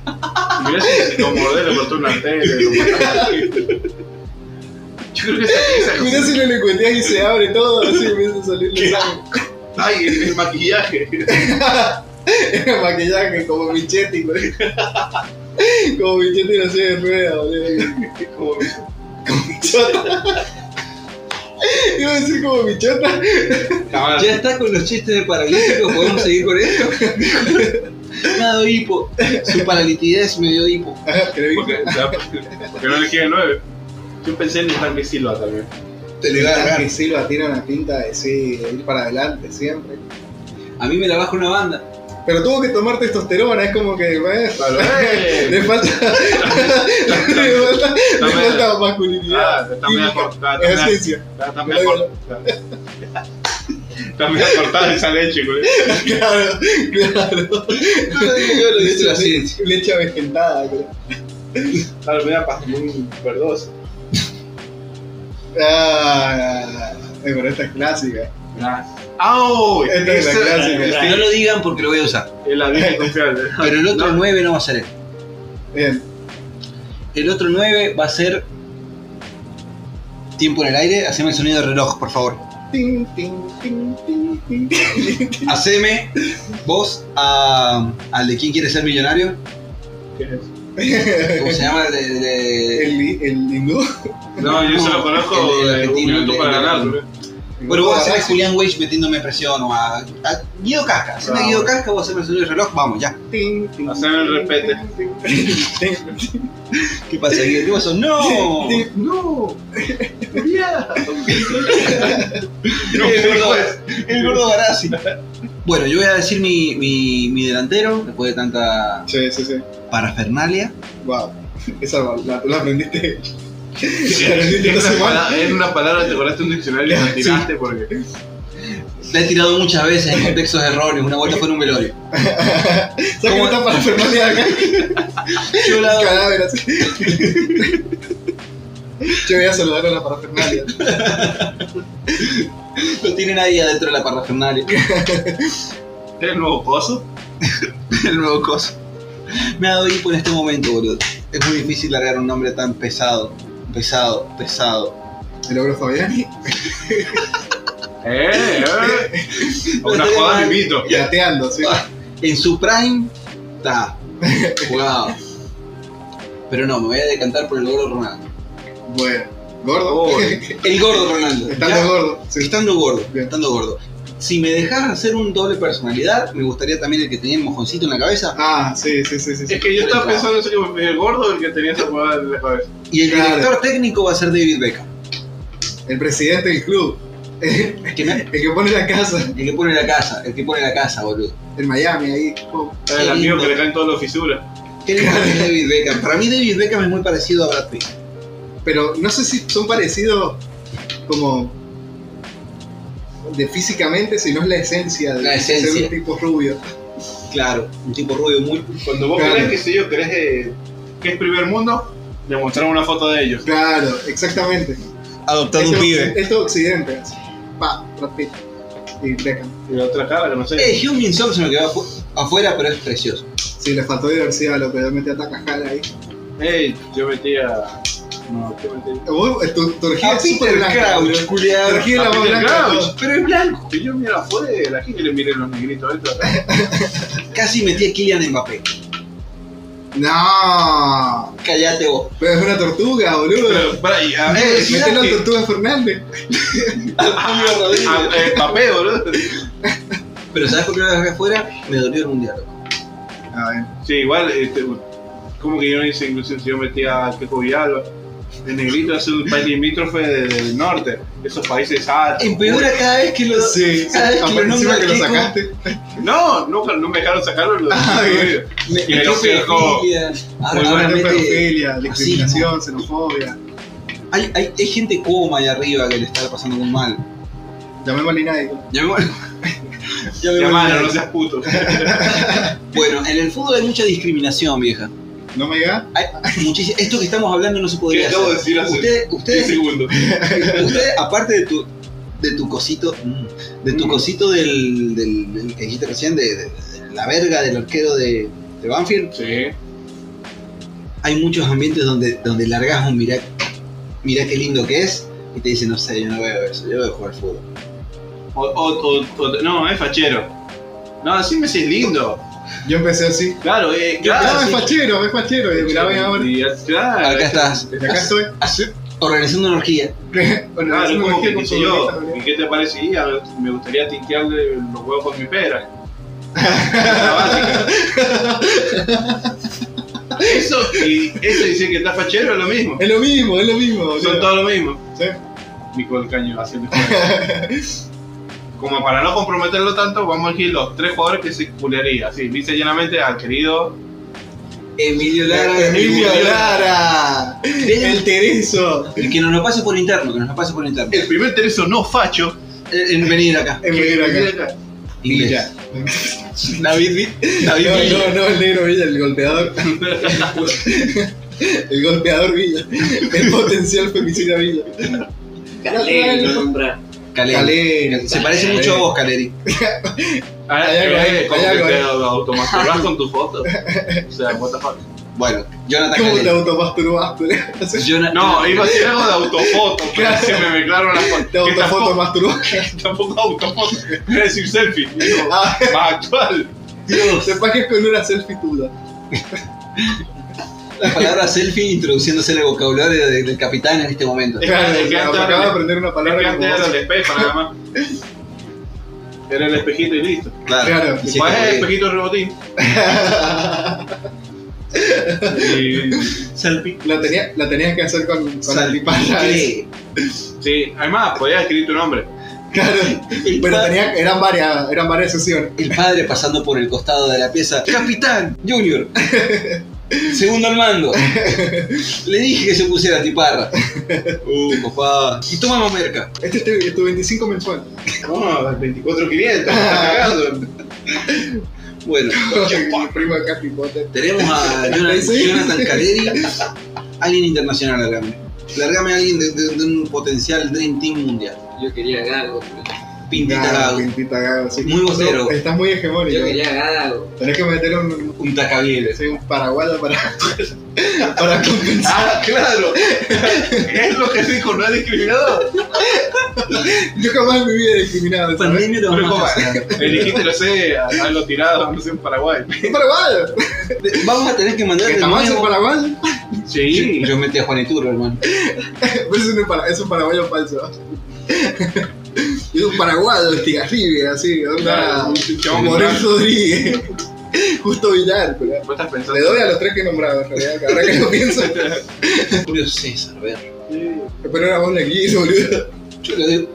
C: Mirá si se lo mordé, le cortó una arteria. lo mató. Yo creo que esa, esa
A: Mirá si lo licueteas y se abre todo, así empieza a salir
C: Qué
A: la sangre.
C: Ay, el, el maquillaje.
A: Era maquillaje como Michetti, güey. Como Michetti en la silla de rueda, boludo. Como Michota. Iba a decir como Michota.
C: Jamás.
D: ya está con los chistes de paralíticos, podemos seguir con esto. Me ha dado hipo. Su paralitidez me dio hipo.
A: Ajá, te lo dije.
C: Porque, o sea, porque no le queda nueve. Yo pensé en dejarme Silva también.
D: Te le va a
A: Verdad
D: agarrar.
A: que Silva tiene una pinta de sí, de ir para adelante siempre.
D: A mí me la baja una banda.
A: Pero tuvo que tomar testosterona, es como que. eh,
C: Claro, eh.
A: le falta. le falta, le
C: Está
A: falta
C: Ah,
A: masculinidad.
C: está medio
A: Química,
C: cortada.
A: es
C: Está medio-
A: esencia.
C: está medio cortada. Está medio cortada esa leche, güey.
A: Claro, claro.
D: Es la ciencia.
A: Leche avejentada, güey.
C: Claro, me da pa- muy verdosa.
A: Ah, eh, pero esta es clásica.
C: ¡Au!
A: Esta es la
C: Esa-
A: clásica.
C: esa-
D: No lo digan porque lo voy a usar.
C: Es la vieja confiable.
D: Pero el otro
C: No.
D: 9 no va a ser él.
A: Bien.
D: El otro 9 va a ser. Tiempo en el aire. Haceme el sonido de reloj, por favor.
A: Tin, tin, tin, tin, tin.
D: Haceme vos a- al de quién quiere ser millonario.
C: ¿Quién es?
D: ¿Cómo se llama? El de. de-
A: El, el hindú.
C: No, yo solo
D: El-
C: conozco
D: el
C: de un
D: argentino,
C: minuto
D: el-
C: para
D: el-
C: ganar,
D: el-
C: güey.
D: Bueno, vos haceme a Julián Wage metiéndome presión o a, a Guido Casca. Haceme a Guido Casca, vos haceme el sonido de reloj. Vamos, ya.
A: Tin, tin,
C: Haceme el
A: tin,
C: repete.
A: tin, tin, tin, tin.
D: ¿Qué pasa, Guido? ¿Qué pasó?
A: Tin,
D: ¡No!
A: tin.
C: ¡No! ¡Bien! Mirá.
D: El gordo- El gordo Barassi. Bueno, yo voy a decir mi, mi, mi delantero, después de tanta
A: Sí, sí, sí.
D: parafernalia.
A: Wow. Esa la, la aprendiste. la aprendiste esta
C: Es una,
A: semana.
C: palabra, es una palabra que te acordaste un diccionario y la tiraste porque.
D: La he tirado muchas veces en contextos erróneos, una vuelta fue en un velorio.
A: ¿Sabes cómo está para Fernández acá?
D: Yo la-
A: Cadáver así. Yo voy a saludar a la parafernalia.
D: Lo tienen ahí adentro de la parafernalia.
C: ¿Es el nuevo pozo?
D: El nuevo coso. Me ha dado hipo en este momento, boludo. Es muy difícil largar un nombre tan pesado. Pesado, pesado.
A: El ogro Fabiani.
C: ¡Eh! eh. Una
D: Estaría
C: joda
D: mal.
C: de pito.
A: Gateando, sí.
D: Ah. En su prime, está. Jugado. Pero no, me voy a decantar por el gordo Ronaldo.
A: Bueno. Gordo.
C: Oh.
D: El gordo Ronaldo.
A: Estando
D: eh. ¿ya?
A: gordo. Sí.
D: Estando gordo,
A: Bien.
D: estando gordo. Si me dejas hacer un doble personalidad, me gustaría también el que tenía el mojoncito en la cabeza
A: Ah, sí, sí, sí, sí. sí.
C: Es que yo estaba pensando en eso que me el gordo el que tenía esa jugada en la cabeza.
D: y el
A: Claro.
D: director técnico va a ser David Beckham.
A: El presidente del club. El
D: Es que me-
A: que pone la casa.
D: el que pone la casa, el que pone la casa, boludo.
A: En Miami, ahí. Oh.
C: El amigo que le caen todas las fisuras.
D: ¿Qué le parece David Beckham? Para mí David Beckham es muy parecido a Brad Pitt.
A: Pero no sé si son parecidos como de físicamente, si no es la esencia de
D: La
A: ser
D: esencia.
A: un tipo rubio.
D: Claro, un tipo rubio muy...
C: Cuando vos
A: Claro.
C: crees, qué sé yo, crees eh, que es primer mundo, le mostraron una foto de ellos.
A: Claro, exactamente.
D: Adoptando
A: Esto- Esto occidente. así. Pa, rapito. Y Beckham.
C: Y la otra cara, que no sé.
D: Eh, Hyun Min Song es lo que va afu- afuera, pero es precioso.
A: Sí, le faltó diversidad a lo que mete a Takahara ahí.
C: Ey, yo metía. No, yo metía.
A: Vos, tu, tu orgía
D: A
A: es
D: Peter
A: súper blanca.
D: Crouch,
A: boludo. Tu
D: culiado.
A: orgía es la
C: A
A: más
C: Peter
A: blanca. de
C: Crouch.
A: todas.
D: Pero es blanco.
C: Que yo mira afuera, aquí que le miré los negritos estos.
D: Casi metí a Kylian Mbappé.
A: No.
D: Callate vos.
A: Pero es una tortuga, boludo.
C: Pero, para, y a
A: Eh,
C: ver,
A: Metelo a Tortuga Fernández.
C: a- eh, papel, boludo.
D: Pero ¿sabes por qué lo dejé afuera? Me dolió el mundial. loco.
A: A ver.
C: Sí, igual, este, como que yo no hice inclusión si yo metía a Keco Villalba. El negrito es un país limítrofe de- del norte, esos países altos.
D: Empeora cada vez que lo...
A: Sí,
D: cada vez que lo
A: encima
D: nombra
A: que lo
D: Keiko,
A: sacaste.
C: No, nunca, no me dejaron sacarlo. Lo
A: Ah, bien.
D: me-
C: Y el
D: me-
C: ojo.
D: Ahora, ahora
A: Volverte
D: mete-
A: pedofilia,
D: racismo.
A: discriminación, xenofobia.
D: Hay, hay, hay gente coma allá arriba que le está pasando muy mal.
A: Llamemos a Linaico.
D: Llamémosle- Llamémosle-
C: Ya, mano, no seas puto.
D: Bueno, en el fútbol hay mucha discriminación, vieja.
A: No me digas.
D: Hay muchísima- Esto que estamos hablando no se
C: ¿Qué
D: podría
C: acabo de
D: hacer.
C: decir hace
D: Ustedes,
C: 10
D: ustedes,
C: segundos?
D: ustedes, aparte de tu, de tu cosito, mm, de tu
C: Mm.
D: cosito del, del, del que dijiste recién, de, de- de la verga del arquero de, de Banfield,
C: Sí.
D: hay muchos ambientes donde, donde largas un mirá, mirá qué lindo que es y te dicen, no sé, yo no veo eso, yo veo jugar fútbol.
C: O, o, o, o- no, es fachero. No, así me decís lindo.
A: Yo empecé así.
C: Claro, eh,
A: no,
C: claro.
A: es fachero, es fachero. Y miraba bien ahora.
C: Y, claro,
D: Acá estás,
A: Y acá estoy.
C: ¿Ah,
D: hace- organizando una orgía.
A: Bueno, es
C: Claro, es
A: una
C: Ah, como
A: orgía
C: que
A: con
C: qué sé yo,
A: futbolistas,
C: ¿y
A: boludo.
C: qué te parecería? Me gustaría tintearle los huevos con mi pera. La básica. Eso y eso dice que está fachero es lo mismo.
A: Es lo mismo, es lo mismo.
C: Son
A: boludo.
C: todos lo mismo.
A: Sí.
C: Nicole Caño haciendo juego. Como para no comprometerlo tanto, vamos a elegir los tres jugadores que se culearía. Sí, dice llanamente al querido.
D: Emilio Lara,
A: Emilio
D: Emilio
A: Lara, el Tereso,
D: Y que nos lo pase por interno, que nos lo pase por interno.
C: El primer tereso no facho.
D: En, en venir acá.
A: el negro acá.
D: Inglés.
A: Villa.
D: David, Vi- David
A: No,
D: Villa.
A: no, no, el negro Villa, el golpeador. el golpeador Villa, el potencial femicida Villa.
E: Caleri lo nombra.
D: Caleri.
A: Caleri.
D: Se parece mucho a vos, Caleri.
C: Ah,
A: Hay algo ahí,
C: eh, como
A: hay
C: que
A: algo
C: te
A: ahí.
C: automasturbás con tu foto. O sea, what the fuck.
D: Bueno, Jonathan
A: ¿Cómo te
D: Caleri.
A: automasturbaste? Te
D: Jona-
C: No,
D: Jonathan-
C: iba a decir algo de autofoto, pero se me mezclaron las fotos. Que tampoco-
A: autofotomasturbaste.
C: Tampoco autofoto, iba a decir selfie. digo,
A: Ah.
C: Más actual.
D: Dios.
A: Sepas que es con una selfie tuya.
D: La palabra selfie introduciéndose en el vocabulario de- del capitán en este momento.
C: Es
A: Claro,
C: que
A: o sea,
C: antes
A: acabo
C: era-
A: de aprender una
C: Es que
A: palabra como
C: antes era
A: vos.
C: el espejo nada más. Era el espejito y listo.
A: Claro.
D: Y si
C: ¿Cuál es el
D: es que-
C: espejito rebotín? Y-
A: La, tenía- la tenías que hacer con, con
D: Sal-
A: antipala.
D: ¿Qué?
C: Sí, Sí, además, podías escribir tu nombre.
A: Claro. Pero tenía, eran varias, eran varias sesiones.
D: El padre pasando por el costado de la pieza. Capitán, Junior. Segundo al mando. Le dije que se pusiera tiparra. Uh, papá. Y tomamos merca.
A: Este es tu, es tu 25 mensual.
C: No, 24500, estás cagando.
D: Bueno,
A: Mi primo de Harry Potter.
D: tenemos a Jonathan,
A: Sí.
D: Jonathan Caleri. Alguien internacional, largame. Largame a alguien de, de- de un potencial Dream Team mundial.
E: Yo quería Gago. pero
D: Pintita
A: Gago,
D: Gago.
A: Pintita Gago, sí.
D: Muy vocero.
A: No, estás muy hegemónico.
E: Yo quería Gago.
A: Tenés que meter un,
D: Un tacabieles.
A: sí, un paraguayo para, para compensar.
C: Ah, claro. es lo que dijo, no es discriminador.
A: Yo jamás me hubiera discriminado. ¿sabes?
D: Pandemia lo
C: Pero
D: vamos a
C: ¿cómo?
D: hacer.
C: Elegiste, no sé, a- algo tirado, no sé, en Paraguay.
A: Un paraguayo.
D: Vamos a tener que mandar
A: Que
D: Pues, de
A: jamás es un
D: nuevo.
A: paraguayo.
C: Sí.
D: Yo metí a Juanituro, hermano.
A: Pero Pues es un, para- es un paraguayo falso. es un paraguayo, Estigarribia, así. Onda.
C: Claro, un chabón
A: Morel
C: con-
A: Rodríguez. Justo Villar, pero.
C: Vos estás pensando.
A: Le doy a los tres que he nombrado, en realidad, que ahora que lo pienso.
D: Julio César, ver.
A: Pero era Bon Leguir, boludo.
D: Yo le digo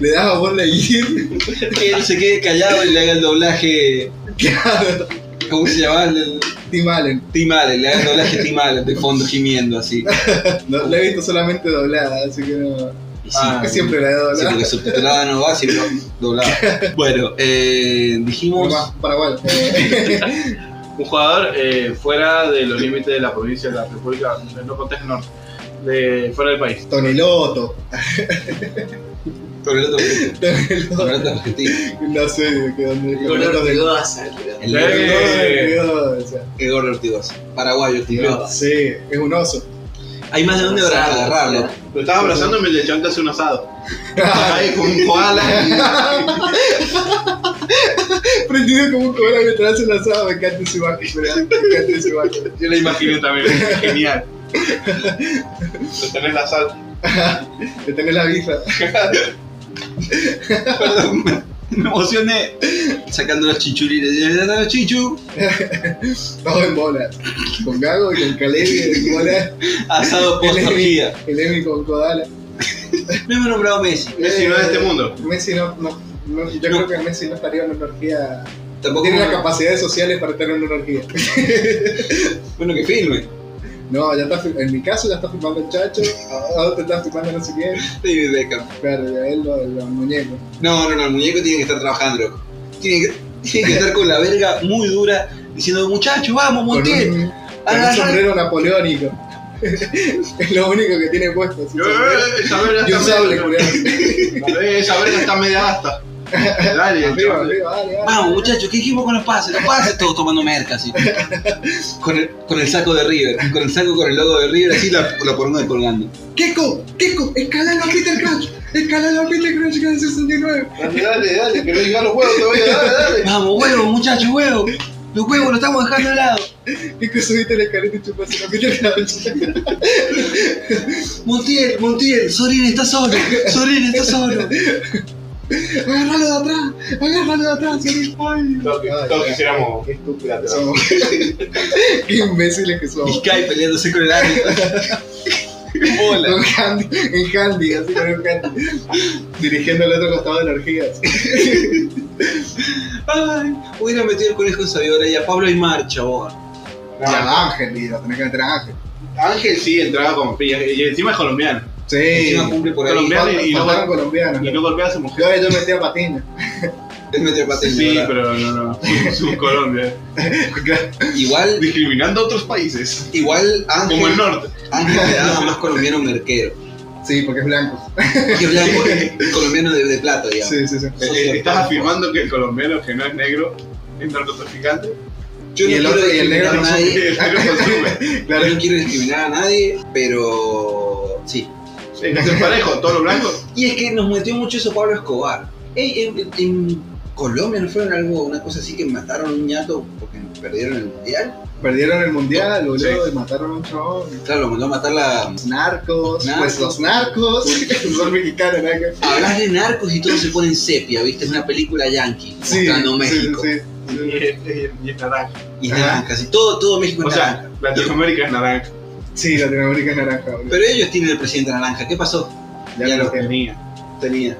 A: Le daba a Bon Leguir.
D: que él se quede callado y le haga el doblaje.
A: Claro.
D: ¿Cómo se llama? El-
A: Tim Allen.
D: Tim Allen, le haga el doblaje Tim Allen de fondo gimiendo así.
A: Ah, No, la he visto solamente doblada, así que no.
D: Y sí,
C: Ah,
A: que siempre la he
D: Sí,
A: doblada.
D: porque subtitulada no va, sino doblada. Bueno, eh, dijimos.
A: Nomás, Paraguay.
C: un jugador eh, fuera de los límites de la provincia de la República, no contés el norte, de fuera del país.
A: Toneloto.
D: Pero el otro, pero el
A: Toneloto.
D: otro argentino.
A: No sé de qué dónde.
E: El color de Goza. creo.
D: El
A: Color
D: negro,
A: de Goza.
D: el gordo Ortigosa. Paraguayo, tío.
A: Sí, es un oso.
D: Hay más de dónde para
E: Rosado,
D: agarrarlo.
E: claro.
C: Lo estaba abrazando y el chanta hace un asado. Ahí con un koala.
A: Prendido como un cola mientras hace el asado. Me encanta ese barco. Me encanta ese barco.
C: y- Yo la imaginé también, genial. Lo tenés la sal.
A: Le tengo la bifa.
D: Perdón, me, me emocioné. Sacando los chichurines. Ya están los chichu.
A: Todo en bola. Con Gago y con Calevi en bola.
D: Asado
A: El
D: post
A: Emi,
D: orgía.
A: el Emi con Kodala.
D: No hemos nombrado Messi.
C: Messi no es de este mundo.
A: Messi no. no, no- yo
D: No.
A: creo que Messi no estaría en una energía. No
D: Tampoco
A: tiene las capacidades sociales para estar en una energía.
D: Bueno, que filme.
A: No, ya está, fil- en mi caso ya está filmando el chacho, ahora te está filmando no sé quién.
D: David Beckham.
A: Claro, ya él lo, lo muñeco.
D: No, no, no. El muñeco tiene que estar trabajando. loco. Tiene que, tiene que estar con la verga muy dura. Diciendo, muchachos, vamos,
A: Con
D: Montiel.
A: un, con un
D: Agarra
A: sombrero napoleónico. es lo único que tiene puesto. su sombrero.
C: Isabel
A: Y un sable, Julián.
C: está media asta. Dale,
A: Arriba,
C: chaval.
A: arriba, dale, dale.
D: Vamos, muchachos, ¿qué dijimos con los pases? Los pases, todos tomando merca, así. Con el, con el saco de River, con el saco con el logo de River, así la, la poronga colgando.
A: Keko, Keko, escalalo a Peter Crouch, escalalo a Peter Crouch que es el 69.
C: Dale, dale, dale, que no llegan los huevos todavía, dale, dale.
D: Vamos, huevos, muchachos, huevos. Los huevos los estamos dejando de lado.
A: Keko, subiste la escalera y chupaste a Peter Crouch.
D: Montiel, Montiel, Sorín está solo, Sorín está solo.
A: Agárralo de atrás, agárralo de atrás, Sony. Ay,
C: Todos
A: Ay,
C: todos
A: ya.
C: quisiéramos.
A: Qué estúpida que somos. Qué imbéciles que somos.
D: Vizcay peleándose con el árbitro. Hola.
A: Con Candy, en Candy, así con el Candy. Dirigiendo al otro costado de energías.
D: Ay, hubiera metido el conejo en Saviola y a Pablo Aymar, chabón.
A: Y a Ángel, y lo tenés que meter a Ángel.
C: Ángel sí entraba con pilla, y encima es colombiano.
A: Sí.
D: Encima cumple por ahí.
C: Colombia.
A: Colombiano
C: Y
A: y
C: no-
A: no colombiano.
C: Y no golpea a su mujer.
A: Yo, yo metí a Patiño.
D: Es meter pata
C: Sí,
D: en Saviola.
C: pero no, no. Su Colombia.
D: Igual,
C: Discriminando a otros países.
D: igual Ángel,
C: Como el norte.
D: Ángel le daba más colombiano merquero.
A: Sí, porque es blanco.
D: Que blanco, colombiano de, de plata, digamos.
A: Sí, sí, sí.
C: Eh, eh, Estás afirmando que el colombiano que no es negro es narcotraficante.
D: Yo
A: Y el
D: no
A: otro-
D: quiero
A: y el negro
D: discriminar a
A: no
D: nadie.
C: Eh, pero consume.
A: Claro.
D: Yo no quiero discriminar a nadie, pero sí.
C: Hay que ser parejo, todos los blancos.
D: Y es que nos metió mucho eso Pablo Escobar. Ey, en, en Colombia no fueron algo, una cosa así que mataron a un ñato porque perdieron el mundial.
A: Perdieron el mundial,
C: Sí.
A: boludo, y mataron a un chabón.
D: Claro, lo mandó a matar la.
A: Los narcos,
D: Narcos.
A: pues los narcos son mexicanos, ¿no?
D: Hablas de narcos y todo se pone en sepia, ¿viste? Es una película yankee,
A: Sí,
D: mostrando
A: sí,
D: México.
A: sí,
C: Y es- este es- y es naranja.
D: Y nada, casi todo, todo México
C: O
D: es naranja.
C: sea, Latinoamérica es naranja.
A: sí, Latinoamérica es naranja, boludo.
D: Pero ellos tienen el presidente naranja, ¿qué pasó?
A: Ya, lo que
C: tenía.
D: tenía.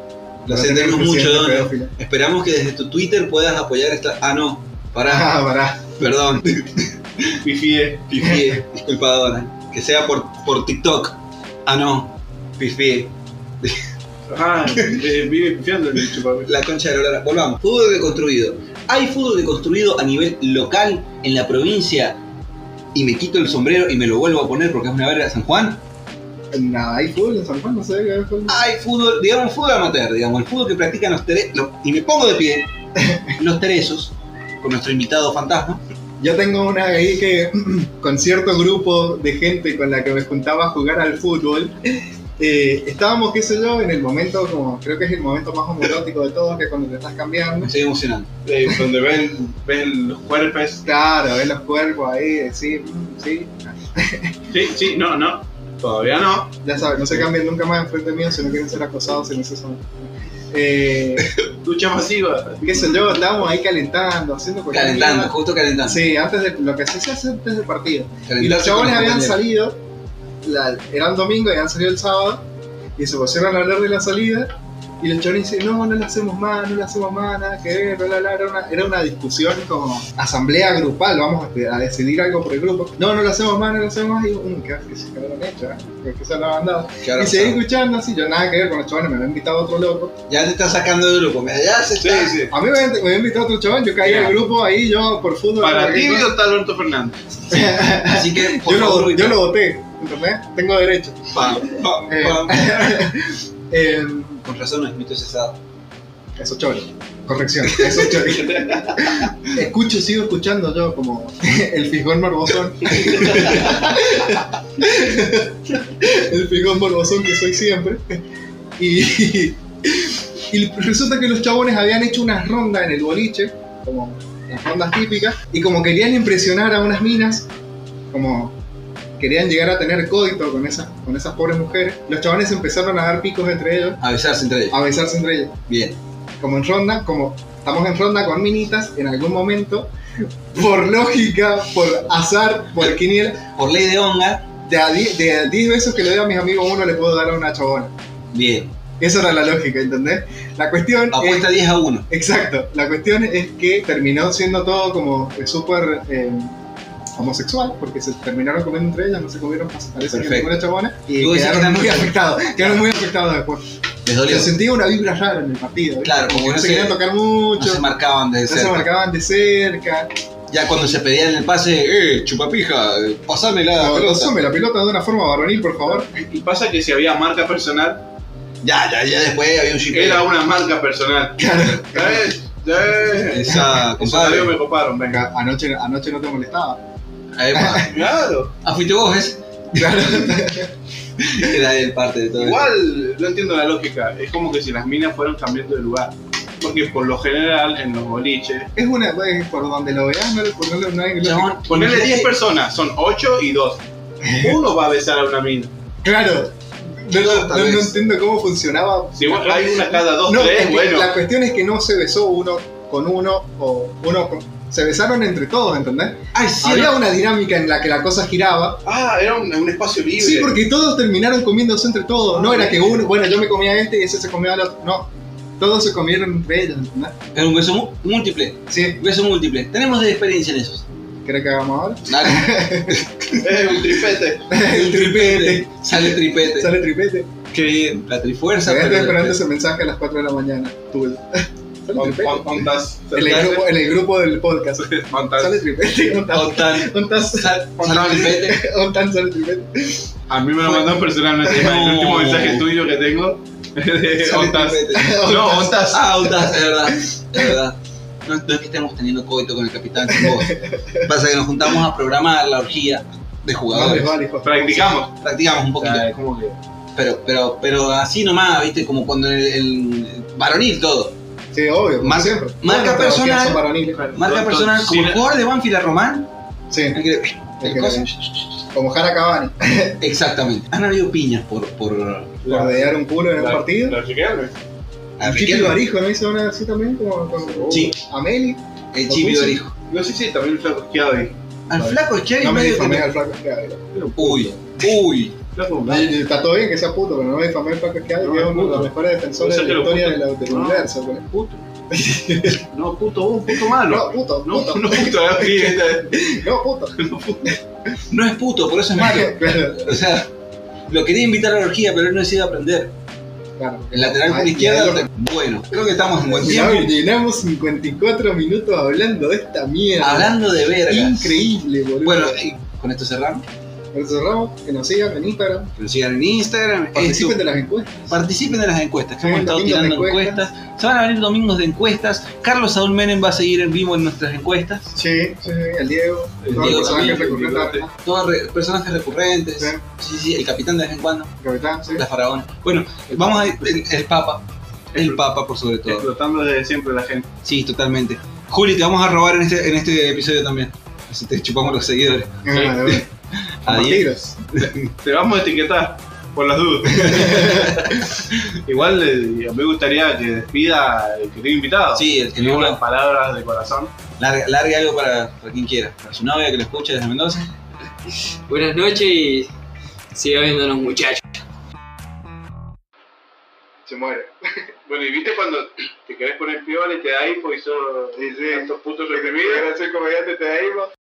D: Lo
A: no
D: sentimos
A: tenemos
D: mucho,
A: presidente
D: Doña.
A: pedófilo.
D: Esperamos que desde tu Twitter puedas apoyar esta. Ah, no. Pará,
A: Ah, pará.
D: perdón.
C: Pifié.
D: Pifié, disculpa, Dona. Que sea por, por TikTok. Ah, no. Pifié.
C: Ah, eh, vive pifiando el chupapé.
D: La concha de la lora. Volvamos. Fútbol deconstruido. Hay fútbol deconstruido a nivel local en la provincia. Y me quito el sombrero y me lo vuelvo a poner porque es una verga San Juan.
A: No, hay fútbol en San Juan, no sé qué hay fútbol.
D: Hay fútbol, digamos, fútbol amateur, digamos, el fútbol que practican los teresos. Y me pongo de pie, los teresos, con nuestro invitado fantasma.
A: Yo tengo una ahí que con cierto grupo de gente con la que me juntaba a jugar al fútbol, eh, estábamos, qué sé yo, en el momento como creo que es el momento más homoerótico de todos, que es cuando te estás cambiando.
D: Me estoy emocionando.
C: Eh, donde ven, ven los cuerpos.
A: Claro, ves los cuerpos ahí, decir, mm, sí,
C: Sí, sí, no, no. Todavía no.
A: ya sabes, no se cambien nunca más enfrente mío si no quieren ser acosados en ese son. Eh,
C: Ducha masiva.
A: qué sé yo, estábamos ahí calentando, haciendo cualquier
D: Calentando,
A: mierda.
D: justo calentando.
A: Sí, antes de lo que se hace antes del partido. Y los
D: Calentarse con
A: chabones
D: los
A: habían
D: compañeros.
A: salido, la- era el domingo y habían salido el sábado, y se pusieron a hablar de la salida, y los chabones dicen, no, no la hacemos más, no la hacemos más, nada que ver, bla, bla, bla". Era, una, era una discusión como asamblea grupal, vamos a, a decidir algo por el grupo. No, no la hacemos más, no la hacemos más, y digo, "Mm, qué asco, que se quedaron hecho, ¿eh? Creo que se lo han dado.
D: Claro,
A: y seguí escuchando así, yo nada que ver con los chabones, me había invitado otro loco.
D: Ya se está sacando de grupo. mira, Ya se
C: Sí,
D: está.
C: sí.
A: A mí me había, me había invitado otro chabón, yo caí en
C: Ya.
A: el grupo ahí, yo por fútbol.
C: Para
A: cualquier
C: ti
A: cosa.
C: está Alberto Fernández.
D: Así que, por
A: yo,
D: favor,
A: lo, yo
D: Rubito.
A: lo voté, ¿entendés? Tengo derecho.
D: Pam, pam,
A: Eh.
D: pam.
A: Em,
D: Con razón no es mito cesado.
A: Eso chori. Corrección, eso chori. Escucho, sigo escuchando yo como el fijón morbosón. el fijón morbosón que soy siempre. Y, y resulta que los chabones habían hecho unas rondas en el boliche, como las rondas típicas, y como querían impresionar a unas minas, como querían llegar a tener códito con esas, con esas pobres mujeres, los chabones empezaron a dar picos entre ellos,
D: A besarse entre ellos.
A: a besarse entre ellos
D: Bien.
A: como en ronda, como estamos en ronda con minitas en algún momento, por lógica, por azar, por quiniela,
D: Por ley de onga,
A: de a die- de a 10 besos que le doy a mis amigos, uno le puedo dar a una chabona.
D: bien.
A: Esa era la lógica, ¿entendés? La cuestión es-
D: Apuesta 10 a 1.
A: Exacto, la cuestión es que terminó siendo todo como eh, súper eh, homosexual, porque se terminaron comiendo entre ellas, no se comieron pas- parece que
D: Perfecto.
A: ninguna chabona,
D: Y
A: y
D: vos decís que
A: quedaron
D: eran-
A: muy afectados, quedaron muy afectados después.
D: Les dolió.
A: Se sentía una vibra rara en el partido, ¿viste?
D: Claro,
A: como que no se querían tocar
D: no
A: mucho.
D: se marcaban de
A: No se
D: cerca.
A: marcaban de cerca.
D: Ya cuando se pedían el pase, eh, chupapija, eh, pasame la
A: No,
D: pelota.
A: Asume la pelota de una forma varonil, por favor.
C: Y pasa que si había marca personal,
D: Ya, ya, ya después había un chipero.
C: era una marca personal.
A: Claro.
C: ¿Sabes? Eh,
D: Esa,
C: Esos labios
D: compadre.
C: me coparon, venga.
A: Venga, anoche, anoche no te molestaba.
D: Ahí va.
C: Claro.
D: Ah, fuiste vos, ¿ves?
A: Claro.
D: Era él parte de todo esto.
C: Igual, no entiendo la lógica. Es como que si las minas fueran cambiando de lugar. Porque por lo general en los boliches.
A: Es una. es por donde lo veas, no, no, no, no hay.
D: Chabón,
C: Ponerle
D: imagínate-
C: 10 personas, son 8 y 2. Uno va a besar a una mina.
A: Claro. No, no,
D: Tal
A: no- no
D: vez.
A: entiendo cómo funcionaba.
C: Si vos- hay una cada 2,
A: No,
C: 3,
A: es que
C: bueno.
A: La cuestión es que no se besó uno con uno o uno con. Se besaron entre todos, ¿entendés?
D: Ay, sí,
A: Había
D: no.
A: una dinámica en la que la cosa giraba.
C: Ah, era un, un espacio libre.
A: Sí, porque todos terminaron comiéndose entre todos. No era que uno, bueno, yo me comía este y ese se comía al otro. No. Todos se comieron entre ellos, ¿entendés?
D: Era un beso mu- múltiple.
A: Sí,
D: Beso múltiple. Tenemos de experiencia en esos.
A: ¿querés que hagamos ahora?
D: Dale.
C: Es un tripete.
A: El tripete.
D: Sale tripete.
A: Sale tripete.
D: Qué bien. La trifuerza.
A: Estoy
D: pero-
A: esperando ese mensaje a las 4 de la mañana. Tú. Sale
C: Con-
A: tripete.
C: con- con tas-
A: En el, grupo, en el grupo del podcast.
C: con tas-
A: Sale tripete. Ontan,
D: Otan.
A: ontan,
D: Sal- Sale tripete.
A: ontan, sale tripete.
C: A mí me lo mandó personalmente.
D: No.
C: El último mensaje tuyo que tengo es
A: Eh,
C: de
D: Sale
C: Ontas.
D: tripete.
C: No, Ontas.
D: Ah, Otas, es verdad. Es verdad. No, no es que estemos teniendo coito con el capitán sin vos. Pasa que nos juntamos a programar la orgía de
A: Vale,
D: jugadores.
A: vale, hijo.
C: Practicamos.
D: Practicamos un
C: O
D: poquito.
C: sea, es como que.
D: Pero, pero, pero así nomás, viste, como cuando el, el varonil todo.
A: Sí, obvio. como
D: Marca-
A: siempre. Todas
D: marca
A: nuestras
D: personal.
A: orgías son varoniles.
D: Marca
C: Entonces,
D: personal, como
C: sí,
D: el jugador de Banfield a Román.
A: Sí,
D: el que-
A: El
D: el
A: que
D: cosa-
A: como Jara Cavani.
D: Exactamente. Han habido piñas por. por
A: Por dedear un culo en un
C: la-
A: partido.
C: la chequearon.
A: Chiqui Barijo, ¿no hizo una así también? Como con
D: Sí.
A: Ameli.
D: El Chibi
A: Lo
D: Barijo.
C: No sé si también el flaco esquiado ahí.
D: Al flaco Chevy
A: No me
D: medio que
A: difamé
D: me-
A: al flaco. claro.
D: Uy, uy.
A: Y está todo bien que sea puto, pero no me difamé para que hay,
C: No,
A: que es
C: es
A: uno de los
C: puto.
A: mejores defensores de la
C: Puede ser que lo
A: historia de la- del
C: No.
A: universo, pues. güey.
C: Puto. No, puto, vos, puto malo.
A: No, puto,
C: No,
A: puto,
C: no, puto, sí, está-
A: no, puto.
D: No es puto, por eso es malo.
A: Claro,
D: O sea, lo quería invitar a la orgía, pero él no se iba a aprender.
A: claro.
D: El lateral por
A: Ay,
D: izquierda.
A: mira,
D: Bueno, creo que estamos en buen
A: Mirá,
D: tiempo.
A: Llenamos 54 minutos hablando de esta mierda.
D: Hablando de vergas.
A: Increíble, boludo.
D: Bueno, y con esto cerramos.
A: Pero cerramos, que nos sigan en Instagram.
D: Que nos sigan en Instagram.
A: Participen
D: Esto-
A: de las encuestas.
D: participen de las encuestas, que
A: Sí,
D: hemos estado
A: domingos de
D: tirando encuestas. Se van a abrir domingos de encuestas. Carlos Saúl Menem va a seguir en vivo en nuestras encuestas.
A: Sí, sí, sí, el Diego.
F: El
A: todos los
D: Diego
A: personajes
D: también,
A: recurrentes.
D: Todos re- personajes recurrentes.
A: Sí.
D: Sí, sí, el capitán de vez en cuando,
A: Capitán, sí.
D: la faraona. Bueno, vamos a el, el papa. El papa por sobre todo.
C: Explotando desde siempre la gente.
D: Sí, totalmente. Juli, te vamos a robar en este, en este episodio también. Así te chupamos los seguidores.
A: Ah, de verdad. Como
D: Adiós.
A: tigres.
C: Te vamos a etiquetar por las dudas. Igual eh, me gustaría que despida el querido invitado.
D: Sí, el
C: Que
D: que no
C: unas palabras de corazón.
D: larga, larga algo para, para quien quiera. Para su novia que lo escuche desde Mendoza.
E: Buenas noches y siga viéndonos, muchachos.
F: Se muere. bueno, y viste cuando te querés poner piola y te da hipo y sos tantos putos reprimidos.
A: comediante, te